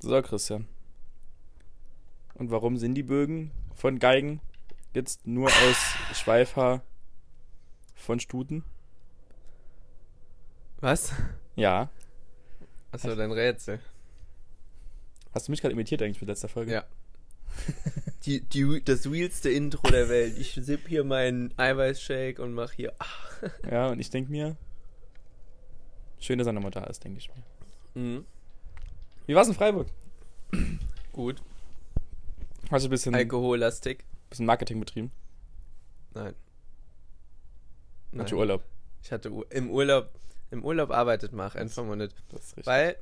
So, Christian. Und warum sind die Bögen von Geigen jetzt nur aus Schweifhaar von Stuten? Was? Ja. Achso, dein Rätsel. Hast du mich gerade imitiert eigentlich mit letzter Folge? Ja. Die, die, das realste Intro der Welt. Ich sipp hier meinen Eiweißshake und mach hier. Ah. Ja, und ich denke mir, schön, dass er nochmal da ist, denke ich mir. Mhm. Wie war's in Freiburg? Gut. Hast du ein Mhm. bisschen, Alkohollastig? bisschen Marketing betrieben? Nein. Hast du Urlaub? Ich hatte Ur- im Urlaub. Im Urlaub arbeitet man auch einfach mal nicht. Das ist richtig. Weil,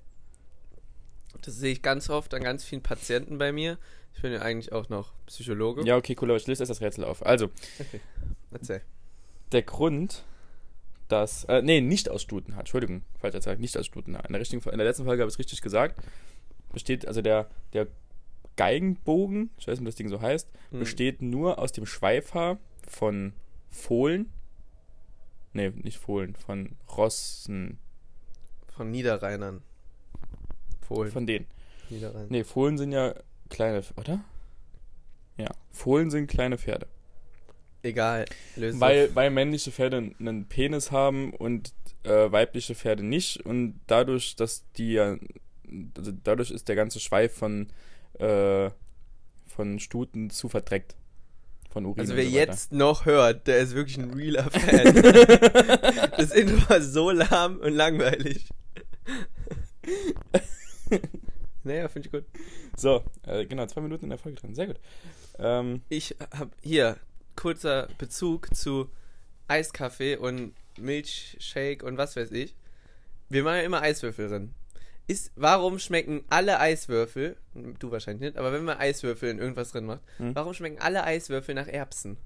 das sehe ich ganz oft an ganz vielen Patienten bei mir. Ich bin ja eigentlich auch noch Psychologe. ja, okay, cool, aber ich löse erst das Rätsel auf. Also, Okay. Erzähl. der Grund, dass. Äh, nee, nicht aus Stutenhaar. Entschuldigung, falsch erzählt. Nicht aus Stutenhaar. In der, richtigen, in der letzten Folge habe ich es richtig gesagt. Besteht, also der, der Geigenbogen, ich weiß nicht, wie das Ding so heißt, Mhm. besteht nur aus dem Schweifhaar von Fohlen. Nee, nicht Fohlen, von Rossen. Von Niederrheinern. Polen. Von denen. Niederrhein. Nee, Fohlen sind ja kleine, oder? Ja, Fohlen sind kleine Pferde. Egal. Lösung. Weil, weil männliche Pferde einen Penis haben und äh, weibliche Pferde nicht. Und dadurch, dass die ja. Also dadurch ist der ganze Schweif von, äh, von Stuten zu verdreckt. Von Urin. Also und wer so weiter. jetzt noch hört, der ist wirklich ein realer Fan. das Intro war so lahm und langweilig. naja, finde ich gut. So, äh, genau, zwei Minuten in der Folge drin. Sehr gut. Ähm, Ich habe hier kurzer Bezug zu Eiskaffee und Milchshake und was weiß ich. Wir machen ja immer Eiswürfel drin. Ist, warum schmecken alle Eiswürfel, du wahrscheinlich nicht, aber wenn man Eiswürfel in irgendwas drin macht, Hm. warum schmecken alle Eiswürfel nach Erbsen?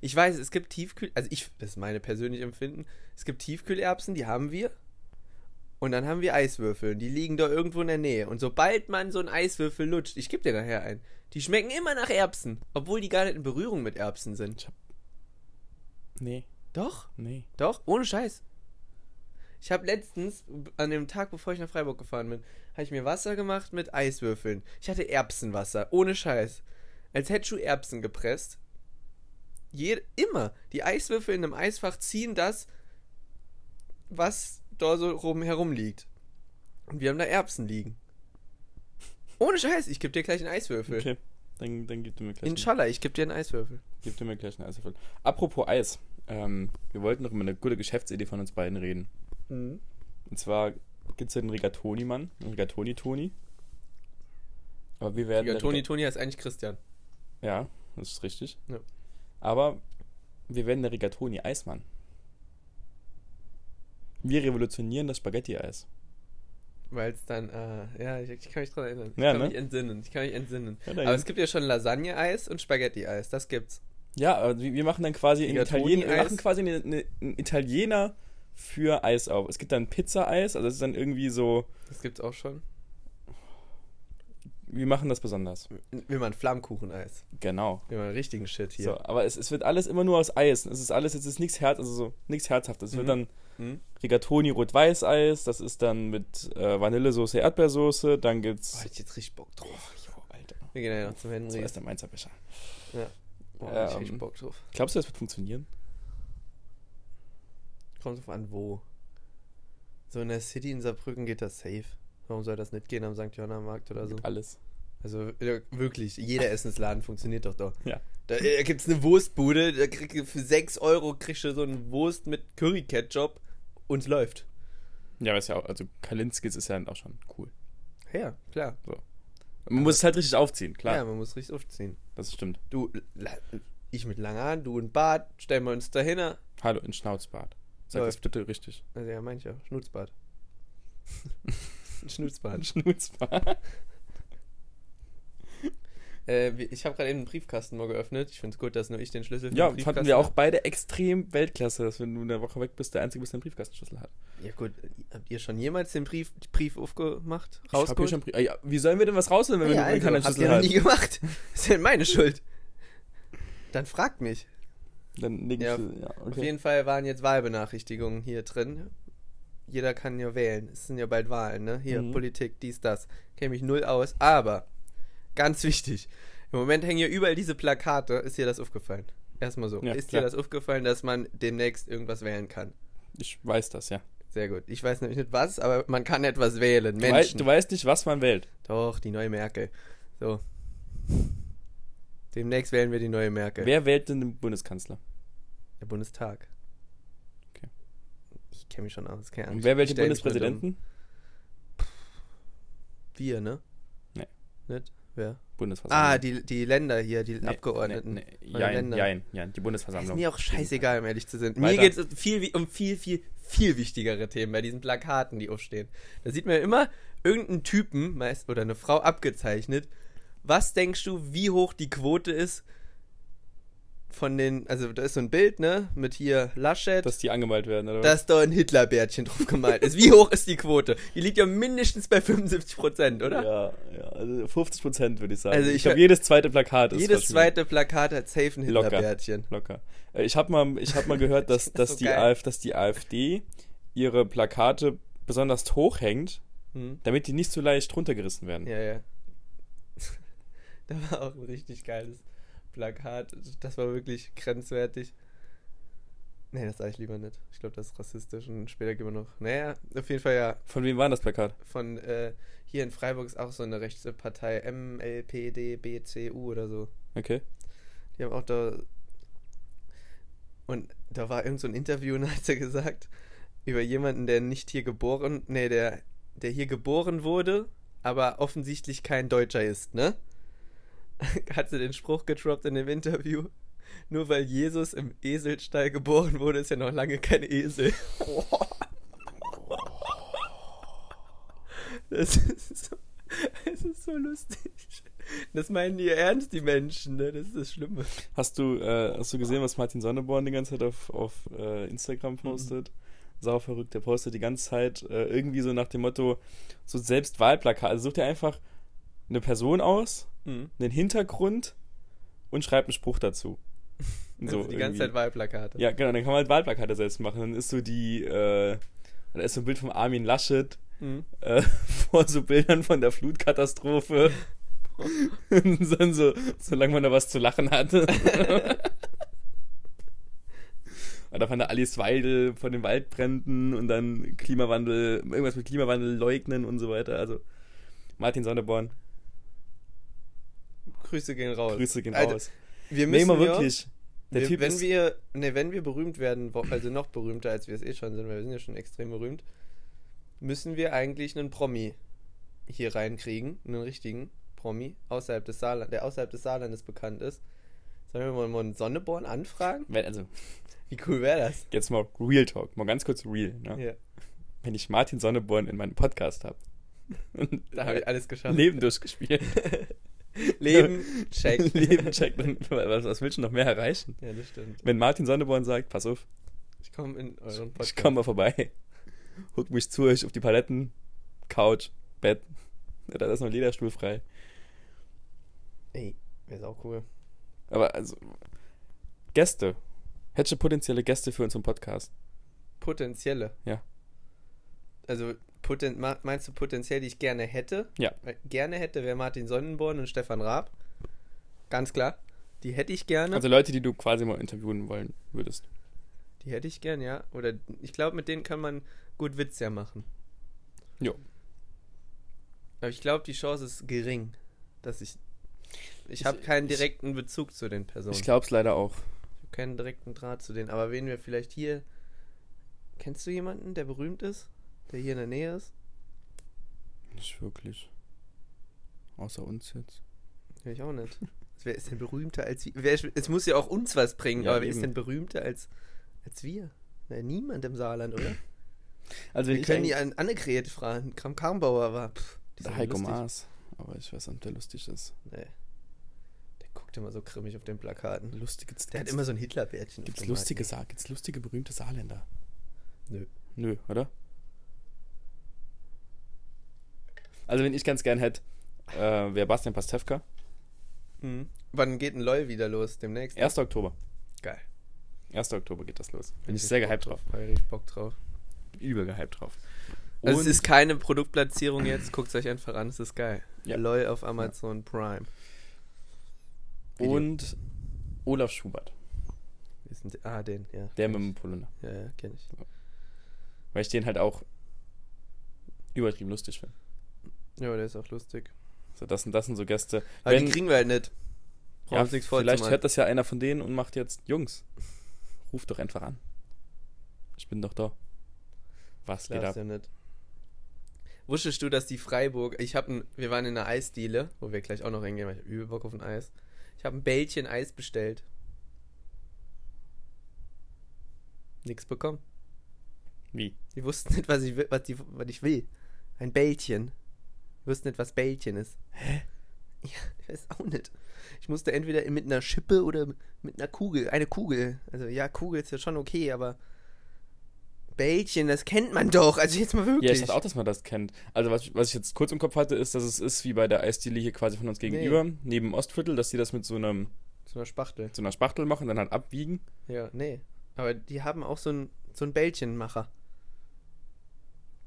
Ich weiß, es gibt Tiefkühl, also ich, das ist meine persönliche Empfinden, es gibt Tiefkühlerbsen, die haben wir. Und dann haben wir Eiswürfel, und die liegen da irgendwo in der Nähe. Und sobald man so einen Eiswürfel lutscht, ich gebe dir nachher einen, die schmecken immer nach Erbsen, obwohl die gar nicht in Berührung mit Erbsen sind. nee, Doch, nee. doch, ohne Scheiß. Ich habe letztens, an dem Tag, bevor ich nach Freiburg gefahren bin, habe ich mir Wasser gemacht mit Eiswürfeln. Ich hatte Erbsenwasser, ohne Scheiß. Als hättest du Erbsen gepresst. Je, immer. Die Eiswürfel in einem Eisfach ziehen das, was da so rum herum liegt. Und wir haben da Erbsen liegen. Ohne Scheiß, ich gebe dir gleich einen Eiswürfel. Okay, dann, dann gib du mir gleich einen- Inshallah, ich gebe dir einen Eiswürfel. Gib dir mir gleich einen Eiswürfel. Apropos Eis. Ähm, wir wollten noch über eine gute Geschäftsidee von uns beiden reden. Und zwar gibt es ja den Rigatoni-Mann, den Rigatoni-Toni. Aber wir werden. Ja, der Toni, Riga- Toni heißt eigentlich Christian. Ja, das ist richtig. Ja. Aber wir werden der Rigatoni-Eismann. Wir revolutionieren das Spaghetti-Eis. Weil es dann, äh, ja, ich, ich kann mich dran erinnern. Ich Ja, kann ne? mich entsinnen. Ich kann mich entsinnen. Ja, dahin. Aber es gibt ja schon Lasagne-Eis und Spaghetti-Eis. Das gibt's. Ja, also wir wir machen dann quasi in Rigatoni-Eis. Italien, wir machen quasi eine, eine, einen Italiener für Eis auf. Es gibt dann Pizza-Eis, also es ist dann irgendwie so, Das gibt's auch schon. wir machen das besonders. Wir machen Flammkuchen-Eis. Genau. Wir machen richtigen Shit hier. So, aber es, es wird alles immer nur aus Eis. Es ist alles, es ist nichts Herz, also so nichts Herzhaftes. Es Mhm. wird dann Hm? Rigatoni Rot-Weiß-Eis, das ist dann mit äh, Vanillesoße, Erdbeersoße, dann Boah, gibt's. hätte ich jetzt richtig Bock drauf. Oh, Alter, Wir gehen ja noch zum das war Henry. erst der Mainzer Becher. Boah, hab ich ähm, richtig Bock drauf. Glaubst du, das wird funktionieren? Kommt drauf an, wo. So in der City in Saarbrücken geht das safe. Warum soll das nicht gehen am St. Johanna Markt oder so? Alles. Also ja, wirklich, jeder Essensladen funktioniert doch da. Ja. Da, äh, da gibt's eine Wurstbude, da krieg, ich für 6 Euro kriegst du so einen Wurst mit Curry-Ketchup und es läuft. Ja, aber ist ja auch, also Kalinskis ist ja auch schon cool. Ja, klar. Man muss es halt richtig aufziehen, klar. Ja, man muss richtig aufziehen. Das stimmt. Du, la- ich mit langen Haaren, du und Bart, stellen wir uns dahinter. Hallo, in Schnauzbart. Sag das Läuft. bitte richtig. Also ja, mein ich auch, Schnutzbart. Schnutzbart. Schnauzbart. Äh, wir- ich habe gerade eben den Briefkasten mal geöffnet. Ich finde es gut, dass nur ich den Schlüssel für Ja, den fanden Briefkasten wir auch beide extrem Weltklasse, dass wenn du in der Woche weg bist, der Einzige bist, der einen Briefkastenschlüssel hat. hab. Ja gut, habt ihr schon jemals den Brief, Brief aufgemacht? Ich hab hier Rausgeholt? schon Brie- Ah, ja, wie sollen wir denn was rausholen, wenn ja, wir also, keinen habt Schlüssel ihr noch haben? nie gemacht. Ist ja meine Schuld. Dann fragt mich. Dann legen Ja, ja, ja, Auf okay. jeden Fall waren jetzt Wahlbenachrichtigungen hier drin. jeder kann ja wählen. Es sind ja bald Wahlen, ne? Hier, Mhm. Politik, dies, das. Kenne mich null aus. Aber, ganz wichtig, im Moment hängen hier überall diese Plakate. Ist dir das aufgefallen? Erstmal so. Ja, ist klar. dir das aufgefallen, dass man demnächst irgendwas wählen kann? Ich weiß das, ja. Sehr gut. Ich weiß nämlich nicht was, aber man kann etwas wählen. Du, wei Menschen. du weißt nicht, was man wählt. Doch, die neue Merkel. So. Demnächst wählen wir die neue Merkel. Wer wählt denn den Bundeskanzler? Der Bundestag. Okay. Ich kenne mich schon aus. Keine Ahnung. Und wer wählt Ich den stell mich nur dumm. Bundespräsidenten? Wir, ne? Nee. Nicht? Wer? Bundesversammlung. Ah, die, die Länder hier, die Nee, Abgeordneten. Nee, nee, von den jein, Ländern. jein, jein, die Ist Bundesversammlung. mir auch scheißegal, um ehrlich zu sein. Mir Weiter. geht es viel, wi- um viel, viel, viel wichtigere Themen bei diesen Plakaten, die aufstehen. Da sieht man ja immer irgendeinen Typen meist oder eine Frau abgezeichnet. Was denkst du, wie hoch die Quote ist von den, also da ist so ein Bild, ne, mit hier Laschet, Dass die angemalt werden, oder? dass da ein Hitlerbärtchen drauf gemalt ist. Wie hoch ist die Quote? Die liegt ja mindestens bei 75 Prozent, was? oder? Ja, ja, also 50 Prozent würde ich sagen. Also ich ich glaube, hör- jedes zweite Plakat ist Jedes verschmiert. zweite Plakat hat safe ein Locker. Hitlerbärtchen. Locker. Äh, Ich habe mal, ich hab mal gehört, dass, Das ist dass, so die geil. AfD, dass die AfD ihre Plakate besonders hoch hängt, Hm? damit die nicht so leicht runtergerissen werden. Ja, ja. da war auch ein richtig geiles Plakat. Das war wirklich grenzwertig. Nee, das sage ich lieber nicht. Ich glaube, das ist rassistisch und später gehen wir noch. Naja, auf jeden Fall ja. Von wem war das Plakat? Von äh, hier in Freiburg ist auch so eine rechte Partei. MLPD, BCU oder so. Okay. Die haben auch da. Und da war irgend so ein Interview und da hat er gesagt, über jemanden, der nicht hier geboren, nee, der, der hier geboren wurde, aber offensichtlich kein Deutscher ist, ne? Hat sie den Spruch getroppt in dem Interview? Nur weil Jesus im Eselstall geboren wurde, ist ja noch lange kein Esel. Das ist so, das ist so lustig. Das meinen die ernst, die Menschen, ne? Das ist das Schlimme. Hast du, äh, hast du gesehen, was Martin Sonneborn die ganze Zeit auf, auf äh, Mhm. Instagram postet? Sau verrückt, der postet die ganze Zeit äh, irgendwie so nach dem Motto, so selbst Wahlplakate. Also sucht er einfach eine Person aus, Mhm. einen Hintergrund und schreibt einen Spruch dazu. So, Also die ganze Zeit irgendwie. Wahlplakate. Ja, genau, dann kann man halt Wahlplakate selbst machen. Dann ist so die, äh, da ist so ein Bild vom Armin Laschet Mhm. äh, vor so Bildern von der Flutkatastrophe. Und dann so, solange man da was zu lachen hatte. Und da fand der Alice Weidel von den Waldbränden und dann Klimawandel, irgendwas mit Klimawandel leugnen und so weiter. Also Martin Sonneborn, Grüße gehen raus. Grüße gehen Alter, raus. Wir Nee, müssen mal ja- wirklich. Der wir, Typ wenn ist, wir, nee, wenn wir berühmt werden, wo- also noch berühmter als wir es eh schon sind, weil wir sind ja schon extrem berühmt, müssen wir eigentlich einen Promi hier reinkriegen, einen richtigen Promi außerhalb des Saarland, der außerhalb des Saarlandes bekannt ist. Sollen wir mal- mal einen Sonneborn anfragen? wenn, also Wie cool wäre das? jetzt mal Real Talk, mal ganz kurz Real. Ne? Ja, Wenn ich Martin Sonneborn in meinem Podcast habe und da habe ich alles geschafft. Leben durchgespielt. Leben, check. Leben checkt. Und was, was willst du noch mehr erreichen? Ja, das stimmt. Wenn Martin Sonneborn sagt, pass auf, Ich komme in euren Podcast. ich komme mal vorbei, huck mich zu euch auf die Paletten, Couch, Bett, Ja, da ist noch ein Lederstuhl frei. Ey, wäre auch cool. Aber also, Gäste. Hättest du potenzielle Gäste für unseren Podcast? Potenzielle. Ja. Also poten ma- meinst du potenziell, die ich gerne hätte? Ja. Weil Gerne hätte wäre Martin Sonnenborn und Stefan Raab. Ganz klar. Die hätte ich gerne. Also Leute, die du quasi mal interviewen wollen würdest. die hätte ich gern, ja. Oder ich glaube, mit denen kann man gut Witz ja machen. Jo. Aber ich glaube, die Chance ist gering, dass ich. Ich Ich- habe keinen ich- direkten Bezug zu den Personen. Ich glaub's leider auch. Ich hab keinen direkten Draht zu denen. Aber wen wir vielleicht hier. Kennst du jemanden, der berühmt ist? Der hier in der Nähe ist? Nicht wirklich. Außer uns jetzt. Ja, ich auch nicht. Wer ist denn berühmter als wir? Wer, ist- es muss ja auch uns was bringen, Ja, aber wer eben. ist denn berühmter als, als wir? Na, niemand im Saarland, oder? Also Wir können ja an Annegret fragen. Kram Karmbauer war. Pff, die ist Der ja Heiko lustig. Maas. Aber ich weiß nicht, ob der lustig ist. Nee. Der guckt immer so grimmig auf den Plakaten. Lustig gibt's, Der hat gibt's- immer so ein Hitlerbärtchen. auf Gibt's dem lustige Saar, gibt's lustige berühmte Saarländer? Nö. halt Nö, oder? Also wenn ich ganz gern hätte, äh, wäre Bastian Pastewka. Nacken. Mhm. Wann geht ein LOL wieder los? Demnächst? 1. Oktober. Geil. 1. Oktober geht das los. Bin ich sehr gehypt drauf. Hab ich richtig Bock drauf. übel gehypt drauf. Also es Und- ist keine Produktplatzierung jetzt, guckt euch einfach an, es ist geil. Ja. LOL auf Amazon Prime. Video. Und Olaf Schubert, Wir sind, ah, den, ja. der mit dem Polunder. Ja, ja, kenn ich. Weil ich den halt auch übertrieben lustig finde. Ja, der ist auch lustig. So, das, sind, das sind so Gäste. Aber Wenn, die kriegen wir halt nicht. Brauchen ja, uns nichts vielleicht vorzumachen. hört das ja einer von denen und macht jetzt, Jungs, ruft doch einfach an. Ich bin doch da. Was geht Darfst ab? ja nicht. Wusstest du, dass die Freiburg, ich habe wir waren in einer Eisdiele, wo wir gleich auch noch hingehen, weil ich hab übel Bock auf ein Eis. Ich habe ein Bällchen Eis bestellt. Nix bekommen. Wie? Die wussten nicht, was ich will. Was, die, was ich will. Ein Bällchen. Die wussten nicht, was Bällchen ist. Hä? Ja, ich weiß auch nicht. Ich musste entweder mit einer Schippe oder mit einer Kugel. Eine Kugel. Also ja, Kugel ist ja schon okay, aber Bällchen, das kennt man doch. Also jetzt mal Ja, ich wirklich. dachte auch, dass man das kennt. Also, was, ich- was ich jetzt kurz im Kopf hatte, ist, dass es ist wie bei der Eisdiele hier quasi von uns gegenüber, neben Ostviertel, dass die das mit so, einem, so einer Spachtel. so einer Spachtel machen, dann halt abwiegen. Ja, nee. Aber die haben auch so einen so einen Bällchenmacher.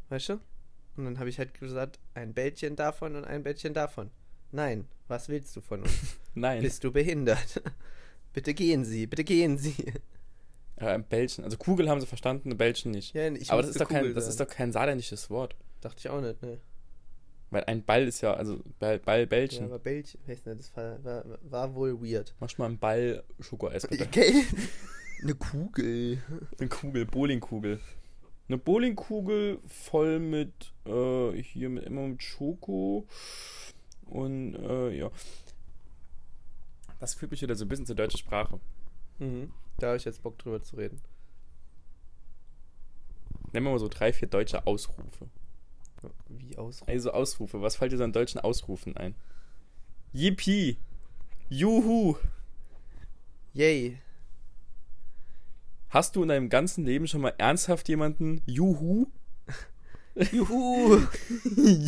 Weißt du? Und dann habe ich halt gesagt, ein Bällchen davon und ein Bällchen davon. Nein, was willst du von uns? Nein, Bist du behindert? Bitte gehen Sie, bitte gehen Sie. äh, Bällchen. Also, Kugel haben sie verstanden, Bällchen nicht. Ja, ich Aber musste das ist, doch cool kein, das sein. ist doch kein saarländisches Wort. Dachte ich auch nicht, ne? Weil ein Ball ist ja, also Ball, Ball Ja, Bällchen. aber Bällchen, weiß nicht, das war, war, war wohl weird. Mach schon mal einen Ball Schokoeis bitte. Okay. Eine Kugel. Eine Kugel, Bowlingkugel. Eine Bowlingkugel voll mit, äh, hier mit, immer mit Schoko. Und, äh, ja. Das führt mich wieder so ein bisschen zur deutschen Sprache. Mhm. Da habe ich jetzt Bock drüber zu reden. Nennen wir mal so drei, vier deutsche Ausrufe. Wie ausrufen? Also Ausrufe, was fällt dir so an deutschen Ausrufen ein? Yippie! Juhu! Yay. Hast du in deinem ganzen Leben schon mal ernsthaft jemanden Juhu? Juhu.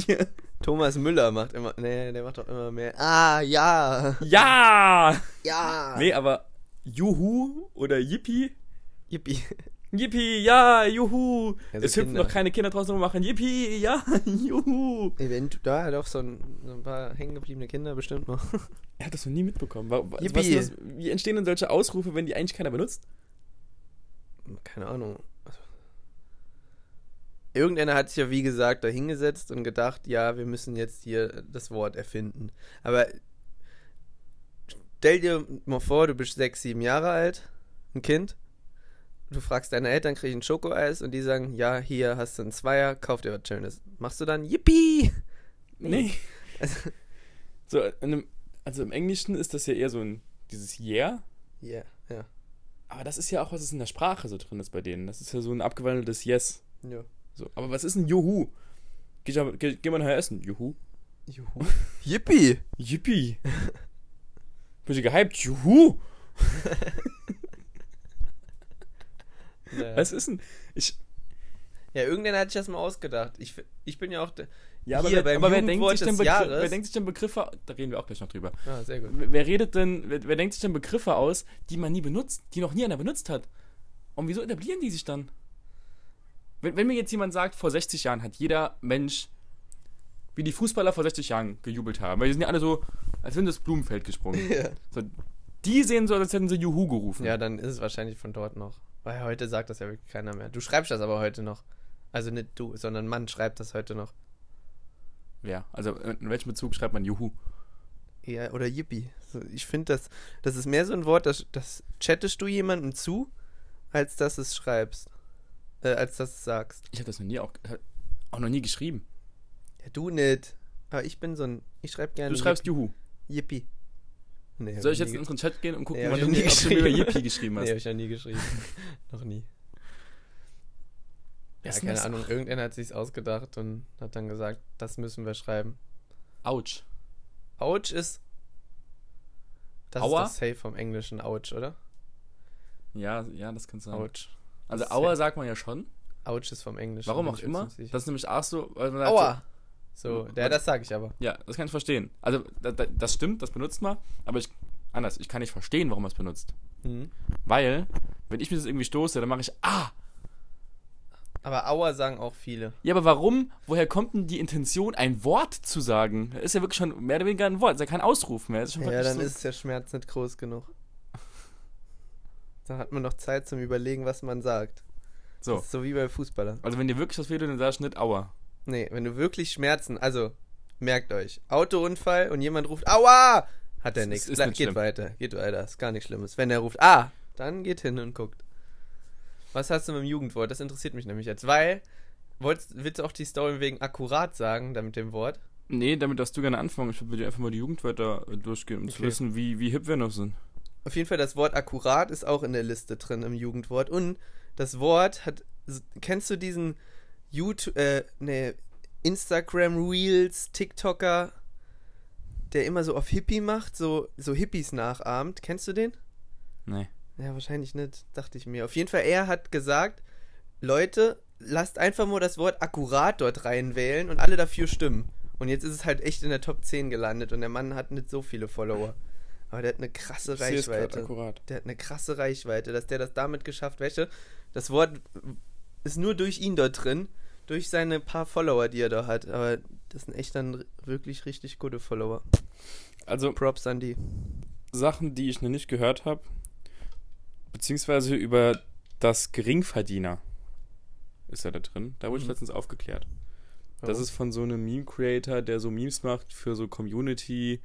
ja! Thomas Müller macht immer, ne, der macht doch immer mehr. Ah, ja. ja. Ja. Nee, aber Juhu oder Yippie? Yippie. Yippie, ja, juhu! Ja, so es hüpfen Kinder. noch keine Kinder draußen rum machen. Yippie, ja, juhu! Event, da doch so ein, so ein paar hängengebliebene Kinder bestimmt noch. Er hat das noch nie mitbekommen. Wa- wa- Yippie. Was ist das? Wie entstehen denn solche Ausrufe, wenn die eigentlich keiner benutzt? Keine Ahnung. also Irgendeiner hat sich ja, wie gesagt, da hingesetzt und gedacht, ja, wir müssen jetzt hier das Wort erfinden. Aber stell dir mal vor, du bist sechs, sieben Jahre alt, ein Kind. Du fragst deine Eltern, krieg ich ein Schokoeis und die sagen, ja, hier hast du einen Zweier, kauf dir was Schönes. Machst du dann Yippie! Nee. Also, So, in einem, also im Englischen ist das ja eher so ein, dieses Yeah. ja, ja, Aber das ist ja auch, was ist in der Sprache so drin ist bei denen. Das ist ja so ein abgewandeltes Yes. ja. So, aber was ist ein Juhu? Geh, ich- geh, geh mal nachher essen. Juhu. Juhu. Yippie! Yippie. Bin ich gehypt. Juhu. Was ist denn? Ich, Ja, irgendeiner hat sich das mal ausgedacht. Ich, f- ich bin ja auch. de- ja, aber, Hier, wer, beim aber wer, denkt Jugendwort sich denn des Begriff, Jahres- wer denkt sich denn Begriffe, da reden wir auch gleich noch drüber. Ah, sehr gut. Wer, wer redet denn, wer, wer denkt sich denn Begriffe aus, die man nie benutzt, die noch nie einer benutzt hat? Und wieso etablieren die sich dann? Wenn, wenn mir jetzt jemand sagt, vor 60 Jahren hat jeder Mensch, wie die Fußballer vor 60 Jahren gejubelt haben, weil die sind ja alle so, als wären sie das Blumenfeld gesprungen. Ja. So, die sehen so, als hätten sie Juhu gerufen. Ja, dann ist es wahrscheinlich von dort noch. Weil heute sagt das ja wirklich keiner mehr. Du schreibst das aber heute noch. Also nicht du, sondern Mann schreibt das heute noch. Wer? Also in welchem Bezug schreibt man Juhu? Ja, oder Yippie. So, ich finde das, das ist mehr so ein Wort, das, das chattest du jemandem zu, als dass es schreibst. Äh, als dass es sagst. Ich habe das noch nie auch, hab auch noch nie geschrieben. Ja, du nicht. Aber ich bin so ein, ich schreibe gerne Du schreibst Juhu. Yippie. Nee, hab Soll ich jetzt nie in unseren Chat gehen und gucken, Nee, hab wann ich du nie mir ob du mir über geschrieben. Yippie geschrieben ge- hast? Nee, hab ich ja nie geschrieben. noch nie. Ja, Was ist denn keine das? Ahnung. Irgendeiner hat sich's ausgedacht und hat dann gesagt, das müssen wir schreiben. Autsch. Ouch ist. Das Aua? ist das Safe vom Englischen Ouch, oder? Ja, ja, das kann sein. Ouch. Also Das ist Aua ja- sagt man ja schon. Ouch ist vom Englischen. Warum bin auch ich jetzt immer. nicht sicher. Das ist nämlich auch so. Weil man sagt Aua! So, Mhm. ja, das sage ich aber. So, ja, das kann ich verstehen. Also da, da, das stimmt, das benutzt man. Aber ich anders, ich kann nicht verstehen, warum man es Hm? benutzt. Weil, wenn ich mir das irgendwie stoße, dann mache ich Ah! Aber Auer sagen auch viele. Ja, aber warum? Woher kommt denn die Intention, ein Wort zu sagen? Das ist ja wirklich schon mehr oder weniger ein Wort. Das ist ja kein Ausruf mehr. Das ist schon Ja, praktisch dann so- ist der Schmerz nicht groß genug. Da hat man noch Zeit zum Überlegen, was man sagt. So. Das ist so wie bei Fußballern. Also, wenn dir wirklich was fehlt, dann sagst du nicht Aua. Nee, wenn du wirklich Schmerzen, also merkt euch, Autounfall und jemand ruft Aua, hat er Es nichts. ist Bleib- nicht Geht schlimm. weiter, geht weiter, ist gar nichts Schlimmes. Wenn er ruft Ah, dann geht hin und guckt. Was hast du mit dem Jugendwort? Das interessiert mich nämlich jetzt, weil wolltest, willst du auch die Story wegen akkurat sagen, da mit dem Wort? Nee, damit darfst du gerne anfangen. Ich würde einfach mal die Jugendwörter äh, durchgehen, um zu Okay. wissen, wie, wie hip wir noch sind. Auf jeden Fall, das Wort akkurat ist auch in der Liste drin im Jugendwort. Und das Wort hat. Kennst du diesen YouTube, äh, ne, Instagram Reels, TikToker, der immer so auf Hippie macht, so, so Hippies nachahmt? Kennst du den? Nee. Ja, wahrscheinlich nicht, dachte ich mir. Auf jeden Fall, er hat gesagt, Leute, lasst einfach nur das Wort akkurat dort reinwählen und alle dafür stimmen. Und jetzt ist es halt echt in der Top 10 gelandet und der Mann hat nicht so viele Follower. Aber der hat eine krasse Ich sehe es gerade Reichweite. akkurat. Der hat eine krasse Reichweite, dass der das damit geschafft, weißt du? Das Wort ist nur durch ihn dort drin, durch seine paar Follower, die er da hat. Aber das sind echt dann wirklich richtig gute Follower. Also Props an die. Sachen, die ich noch nicht gehört habe, beziehungsweise über das Geringverdiener ist er da drin. Da wurde ich Mhm. letztens aufgeklärt. Das ist von so einem Meme-Creator, der so Memes macht für so Community,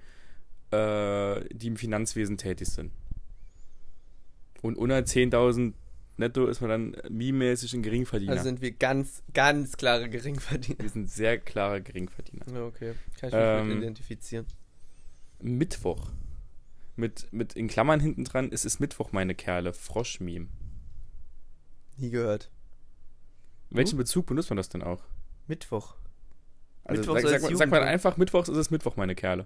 äh, die im Finanzwesen tätig sind. Und unter 10.000 netto ist man dann meme-mäßig ein Geringverdiener. also sind wir ganz, ganz klare Geringverdiener. Wir sind sehr klare Geringverdiener. Ja, okay. Kann ich mich Ähm, mit identifizieren. Mittwoch. Mit, mit in Klammern hinten dran, es ist Mittwoch, meine Kerle. Frosch-Meme. Nie gehört. Hm? Welchen Bezug benutzt man das denn auch? Mittwoch. Also Mittwochs sag, als sag, mal- sag mal Jugendwort. einfach, Mittwochs ist es Mittwoch, meine Kerle.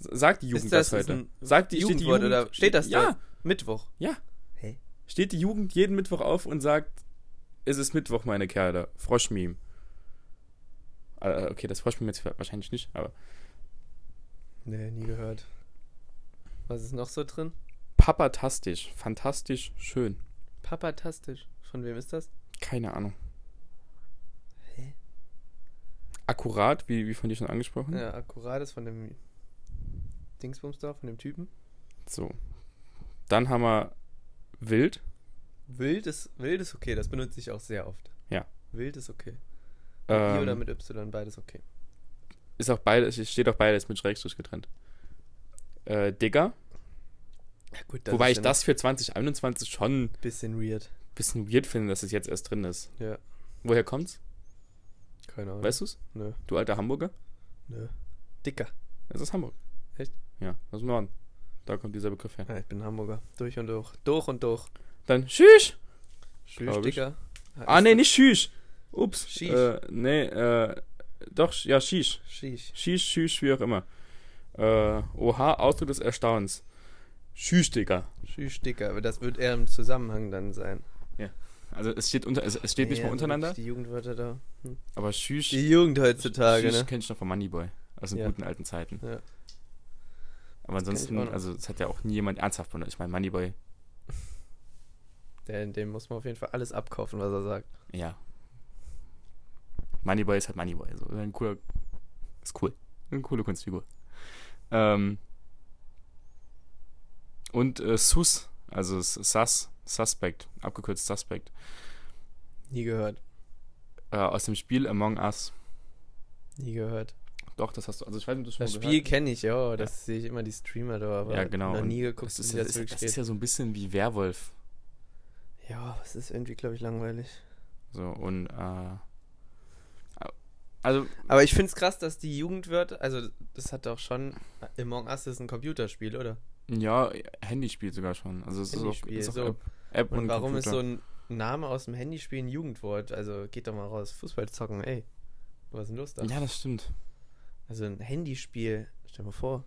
S- Sagt die Jugend das- das, ist heute. ein Sagt die steht die Jugendwort Jugend, oder steht das Ja, da? Mittwoch. steht die Jugend jeden Mittwoch auf und sagt, es ist Mittwoch, meine Kerle. Froschmeme. Äh, Okay, das Froschmeme jetzt wahrscheinlich nicht, aber Nee, nie gehört. Was ist noch so drin? papatastisch, fantastisch, schön. Papatastisch. Von wem ist das? Keine Ahnung. Hä? Akkurat, wie, wie von dir schon angesprochen. Ja, akkurat ist von dem Dingsbums da, von dem Typen. So. Dann haben wir wild. Wild ist, wild ist okay, das benutze ich auch sehr oft. Ja. Wild ist okay. Mit I Ähm, oder mit Y, beides okay. ist auch beides, es steht auch beides mit Schrägstrich getrennt. Äh, Digger. Ja, gut, Wobei ist ich ja das für 2021 schon ein noch ein bisschen weird. bisschen weird finde, dass es jetzt erst drin ist. Ja. Woher kommt's? Keine Ahnung. Weißt du's? Nö, Du alter Hamburger? nö. Dicker. Es ist Hamburg. Echt? Ja, aus dem Norden. Da kommt dieser Begriff her. Ja, Ah, ich bin Hamburger. Durch und durch. Durch und durch. Dann Schüsch! Tschüss, Glaub ich. Dicker. Ah, nee, nicht Schüsch! Ups. Schieß. Äh, nee, äh, doch, ja, Schieß. Schieß. Schieß, Schieß, wie auch immer. Äh, oha, Ausdruck des Erstaunens. Schüsch, Digger. Schieß, Dicker. Aber das wird eher im Zusammenhang dann sein. Also, es steht, unter, es, es steht nicht Ja, mal ja, untereinander, Die Jugendwörter da. aber Schüsch, Die Jugend heutzutage, Schüsch ne? kenne ich noch von Moneyboy. Aus den Ja. guten alten Zeiten. Ja. Aber ansonsten, auch noch. also, es hat ja auch nie jemand ernsthaft benutzt. Ich meine, Moneyboy, Dem, dem muss man auf jeden Fall alles abkaufen, was er sagt. ja. Moneyboy ist halt Moneyboy. So. Ein cooler, ist cool. Eine coole Kunstfigur. Ähm, und äh, Sus, also S- Sus, Suspect, abgekürzt Suspect, Nie gehört. äh, aus dem Spiel Among Us. Nie gehört. Doch, das hast du, also ich weiß nicht, ob du schon Das mal Spiel gehört kenne ich, ja, das sehe ich immer die Streamer da, aber Ja, genau, noch und nie geguckt, hast. Das ist, wie ja- das ist, wirklich das ist geht. ja so ein bisschen wie Werwolf. Ja, das ist irgendwie, glaube ich, langweilig. So, und, äh, also, Aber ich finde es krass, dass die Jugendwörter, also das hat doch schon, Among Us ist ein Computerspiel, oder? ja, Handyspiel sogar schon. Also, es ist auch, Handyspiel, ist auch so. App, App Und, und warum Computer. ist so ein Name aus dem Handyspiel ein Jugendwort? Also geht doch mal raus, Fußball zocken, ey. Was ist denn los da? Ja, das stimmt. Also ein Handyspiel, stell mal vor,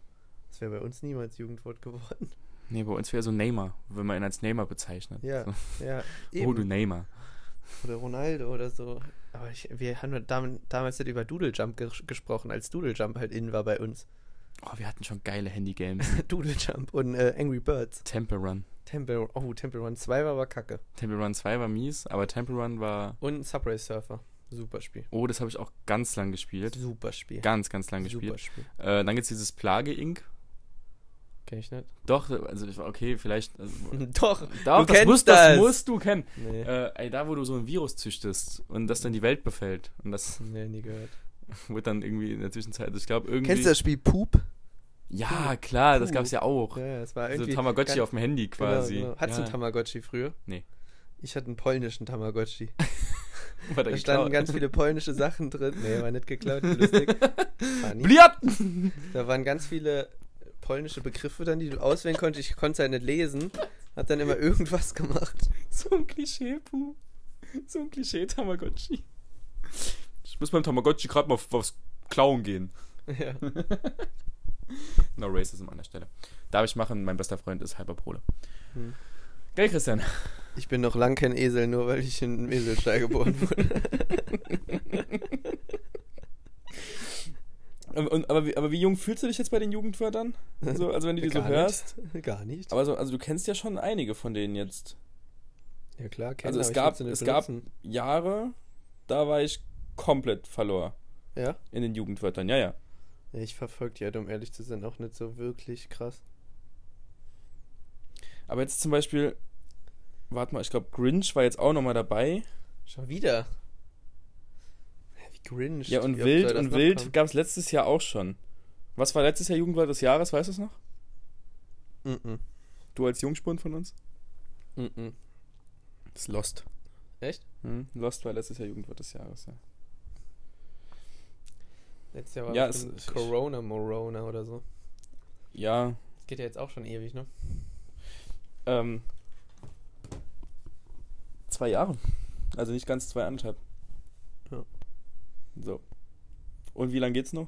das wäre bei uns niemals Jugendwort geworden. Nee, bei uns wäre so Neymar, wenn man ihn als Neymar bezeichnet. Ja, ja, Oh, du eben. Neymar. Oder Ronaldo oder so. Aber ich, wir haben ja dam damals nicht über Doodle Jump ges gesprochen, als Doodle Jump halt in war bei uns. Oh, wir hatten schon geile Handygames. Doodle Jump und äh, Angry Birds. Temple Run. Temple Run. Oh, Temple Run 2 war aber kacke. Temple Run 2 war mies, aber Temple Run war. Und Subway Surfer. Super Spiel. Oh, das habe ich auch ganz lang gespielt. Super Spiel. Ganz, ganz lang Super gespielt. Spiel. Äh, dann gibt's dieses Plage Inc. Kenn ich nicht. Doch, also ich- okay, vielleicht. Also, Doch. doch, das, kennst musst, das. das musst du kennen. Nee. Äh, ey, da, wo du so ein Virus züchtest und das dann die Welt befällt. Und das Nee, nie gehört. wird dann irgendwie in der Zwischenzeit. Also ich glaube, irgendwie. Kennst du das Spiel Poop? Ja, klar, das Puh. gab's ja auch. Ja, ja, das war so irgendwie. Tamagotchi ganz- auf dem Handy genau, quasi. genau. Hattest du ja. einen Tamagotchi früher? Nee. Ich hatte einen polnischen Tamagotchi. War da Da standen geklaut. ganz viele polnische Sachen drin. Nee, war nicht geklaut, lustig. Funny. Billard! Da waren ganz viele polnische Begriffe dann, die du auswählen konntest. Ich konnte es ja nicht lesen. Hab dann immer irgendwas gemacht. So ein Klischee-Puh. So ein Klischee-Tamagotchi. Ich muss beim Tamagotchi gerade mal auf- aufs Klauen gehen. Ja. No Racism an der Stelle. Darf ich machen, mein bester Freund ist Hyperpole. Hm. Gell, Christian? Ich bin noch lang kein Esel, nur weil ich in einem Eselstall geboren wurde. Und, und, aber, wie, aber wie jung fühlst du dich jetzt bei den Jugendwörtern? So, also wenn du die so Gar nicht. hörst. Gar nicht. Aber so, also du kennst ja schon einige von denen jetzt. ja klar, kenn, also es aber ich gab, würd sie nicht es gab benutzen. Jahre, da war ich komplett verloren Ja? in den Jugendwörtern. Ja, ja. Ja, Ich verfolge die halt, um ehrlich zu sein, auch nicht so wirklich krass. Aber jetzt zum Beispiel, warte mal, ich glaube Grinch war jetzt auch nochmal dabei. Schon wieder. Hä, Wie Grinch. Ja, und Wie oft soll Wild das und noch Wild kommen? gab es letztes Jahr auch schon. Was war letztes Jahr Jugendwort des Jahres, weißt du es noch? Mhm. Du als Jungspund von uns? Mm, Mhm. Das ist Lost. Echt? Hm? Lost war letztes Jahr Jugendwort des Jahres, ja. Letztes Jahr war Ja, ja, es es- Corona Morona oder so. Ja, Das geht ja jetzt auch schon ewig, ne? ähm, zwei Jahre. Also nicht ganz zweieinhalb. Ja. So. Und wie lange geht's noch?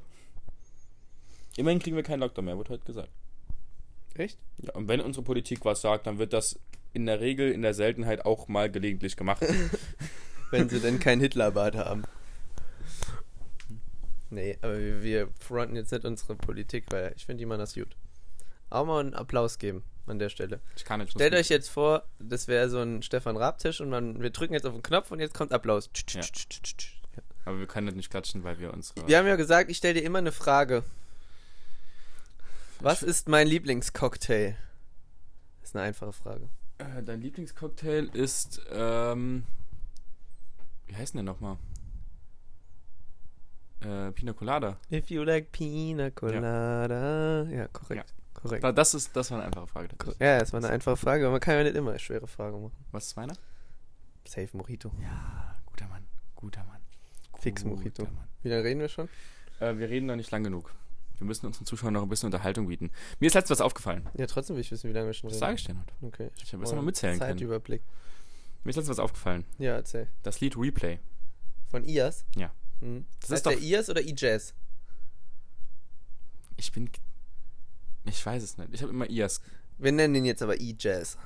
Immerhin kriegen wir keinen Lockdown mehr, wurde heute gesagt. Echt? Ja, und wenn unsere Politik was sagt, dann wird das in der Regel, in der Seltenheit auch mal gelegentlich gemacht. Wenn sie denn keinen Hitlerbart haben. Nee, aber wir, wir fronten jetzt nicht unsere Politik, weil ich finde, die machen das gut. Auch mal einen Applaus geben an der Stelle. Ich kann nicht. ich muss Stellt mit. euch jetzt vor, das wäre so ein Stefan Raab-Tisch und man, wir drücken jetzt auf den Knopf und jetzt kommt Applaus. Ja. Aber wir können nicht klatschen, weil wir unsere. Wir haben ja gesagt, ich stelle dir immer eine Frage. Was ist mein Lieblingscocktail? Das ist eine einfache Frage. Äh, Dein Lieblingscocktail ist, ähm, wie heißt denn der nochmal? Äh, Pina Colada. If you like Pina Colada. Ja, korrekt. Korrekt. Da- Das ist, das war eine einfache Frage. Ko- tatsächlich. Ja, das war eine einfache Frage, aber man kann ja nicht immer eine schwere Frage machen. Was ist meiner? Safe Mojito. Ja, guter Mann, guter Mann. Fix Mojito. Guter Mann. Wie lange reden wir schon? Äh, wir reden noch nicht lang genug. Wir müssen unseren Zuschauern noch ein bisschen Unterhaltung bieten. Mir ist letztes was aufgefallen. Ja, trotzdem will ich wissen, wie lange wir schon Das reden. sage ich dir noch. Okay. Ich hätte besser mal mitzählen können. Zeitüberblick. Mir ist letztes was aufgefallen. Ja, erzähl. Das Lied Replay. Von IAS? Ja. Hm. Das Das ist ist der doch- IAS oder IJazz? Ich bin. Ich weiß es nicht. Ich habe immer IAS Wir nennen ihn jetzt aber IJazz.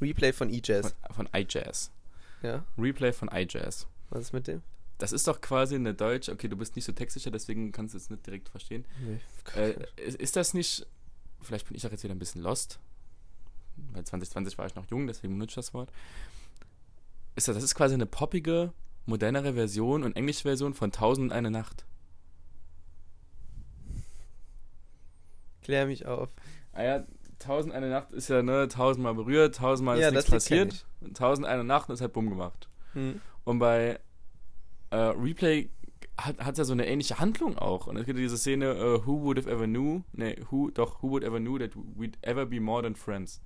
Replay von von, IJazz. von iJazz. Ja, Replay Hm. von iJazz. was ist mit dem? Das ist doch quasi eine Deutsch, okay, du bist nicht so textsicher, deswegen kannst du es nicht direkt verstehen. Nee. Äh, ist ist das nicht, vielleicht bin ich auch jetzt wieder ein bisschen lost, weil 2020 war ich noch jung, deswegen benutze ich das Wort. Ist das, das ist quasi eine poppige, modernere Version und englische Version von Tausend und eine Nacht. Klär mich auf. Ah ja, Tausend und eine Nacht ist ja, ne, tausendmal berührt, tausendmal ist ja, nichts das Lied kenn passiert. Und Tausend und eine Nacht ist halt bumm gemacht. ich. Hm. Und bei äh, Replay hat es ja so eine ähnliche Handlung auch. Und es gibt ja diese Szene, äh, who would have ever knew, nee, who, doch, who would ever knew that we'd ever be more than friends.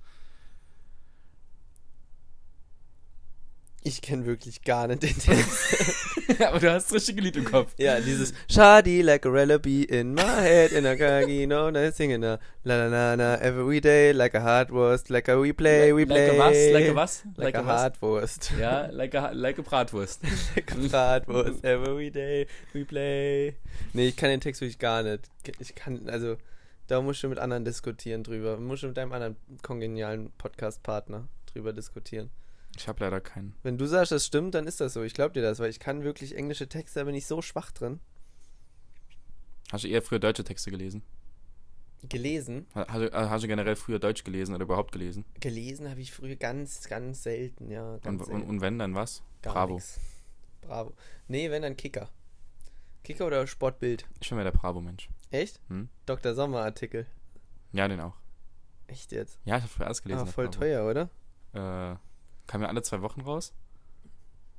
Ich kenne wirklich gar nicht den Text. Aber du hast das richtige Lied im Kopf. ja, dieses Shadi like a relaby in my head in a kagi no no singing a la la la la every day like a hardwurst like a replay like, replay like a was, like a was, like, was. a hardwurst Ja, like a, like a Bratwurst. like a hardwurst every day replay Nee, ich kann den Text wirklich gar nicht. Ich kann also da musst du mit anderen diskutieren drüber. Musst du mit deinem anderen kongenialen Podcast Partner drüber diskutieren. Ich habe leider keinen. Wenn du sagst, das stimmt, dann ist das so. Ich glaube dir das, weil ich kann wirklich englische Texte, da bin ich so schwach drin. Hast du eher früher deutsche Texte gelesen? Gelesen? Ha- Hast du, äh, hast du generell früher Deutsch gelesen oder überhaupt gelesen? Gelesen habe ich früher ganz, ganz selten, ja. Und, Ganz und, selten. und wenn, dann was? Gar Bravo. nix. Bravo. Nee, wenn dann Kicker. Kicker oder Sportbild? Ich bin ja der Bravo-Mensch. Echt? Hm? Dr. Sommer Artikel. Ja, den auch. Echt jetzt? Ja, ich habe früher alles gelesen. Ah, der voll Bravo. teuer, oder? Äh, kam ja alle zwei Wochen raus.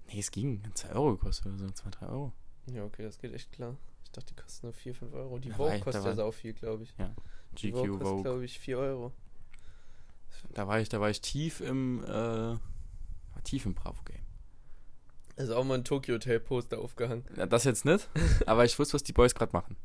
Nee, es ging. Hat 2 Euro gekostet oder so. 2, 3 Euro. Ja, okay, das geht echt klar. Ich dachte, die kosten nur 4, 5 Euro. Die Da war Vogue ich- da kostet war- ja sau viel, glaube ich. Die GQ, kostet, Vogue. glaube ich, 4 Euro. Da war ich, da war ich tief im, äh, war tief im Bravo-Game. Also auch mal ein Tokyo Hotel Poster aufgehangen. Ja, Das jetzt nicht, aber ich wusste, was die Boys gerade machen.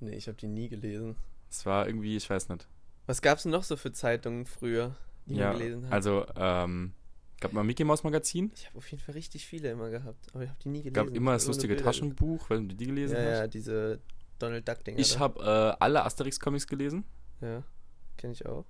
Nee, ich habe die nie gelesen. Es war irgendwie, ich weiß nicht. Was gab's denn noch so für Zeitungen früher, die ja, man gelesen hat? also, ähm, gab mal Mickey Mouse Magazin. ich habe auf jeden Fall richtig viele immer gehabt, aber ich habe die nie gelesen. Gab immer das Ohne lustige Bilder. Taschenbuch, weil du die gelesen Ja, hast. ja, diese Donald Duck Dinger. Ich da. habe äh, alle Asterix-Comics gelesen. Ja, kenne ich auch.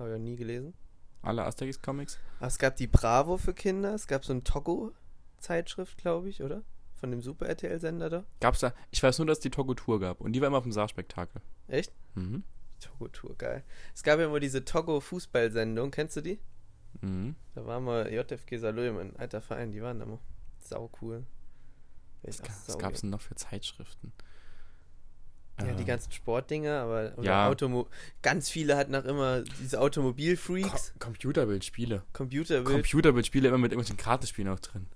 Habe ja nie gelesen. Alle Asterix-Comics. Aber es gab die Bravo für Kinder, es gab so ein Togo Zeitschrift, glaube ich, oder? Von dem Super RTL Sender da. Gab's da. Ich weiß nur, dass es die Togo Tour gab und die war immer auf dem Saarspektakel. Echt? Mhm. Togo Tour, geil. Es gab ja immer diese Togo Fußballsendung, kennst du die? Mhm. Da waren wir JFG Salö, ein alter Verein, die waren da mal. Sau cool. Was, ga- was gab es denn noch für Zeitschriften? Ja, die Ähm, ganzen Sportdinger, aber oder ja. Automo ganz viele hatten auch immer diese Co Automobilfreaks, Computerbildspiele. Computerbild, Computerbildspiele immer mit irgendwelchen Kartenspielen auch drin.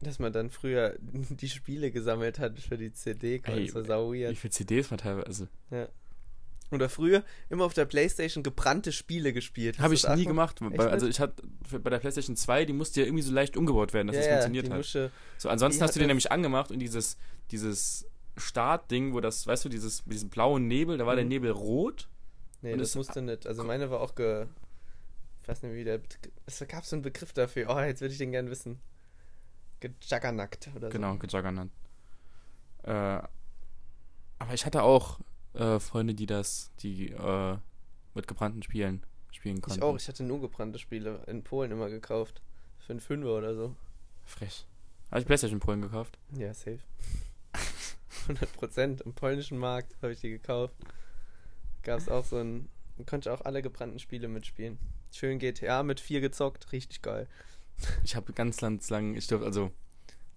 dass man dann früher die Spiele gesammelt hat für die CD, Ey, das war sau Wie weird. viele CDs man teilweise. Also, Oder früher immer auf der Playstation gebrannte Spiele gespielt. Hast Habe du ich das auch nie mal- gemacht. Echt Weil, also ich hatte für- bei der PlayStation 2, die musste ja irgendwie so leicht umgebaut werden, dass ja, das ja, funktioniert die hat. Musche. So, ansonsten die hast du den hatte- nämlich angemacht und dieses, dieses Startding, wo das, weißt du, dieses, mit diesem blauen Nebel, da war der Mhm. Nebel rot. Nee, Und das es- musste nicht. Also meine war auch ge. Ich weiß nicht, wie der. Es gab so einen Begriff dafür. Oh, jetzt würde ich den gern wissen. Gejaggernackt oder so. Genau, gejuggernut. Äh, aber ich hatte auch äh, Freunde, die das, die äh, mit gebrannten Spielen spielen konnten. Ich auch. Ich hatte nur gebrannte Spiele in Polen immer gekauft. Für einen Fünfer oder so. Frech. Habe ich PlayStation Polen gekauft. Ja, safe. 100 Prozent. Im polnischen Markt habe ich die gekauft. Gab es auch so ein. Konnte ich auch alle gebrannten Spiele mitspielen. Schön GTA mit 4 gezockt. Richtig geil. Ich habe ganz ganz lang, ich durfte, also,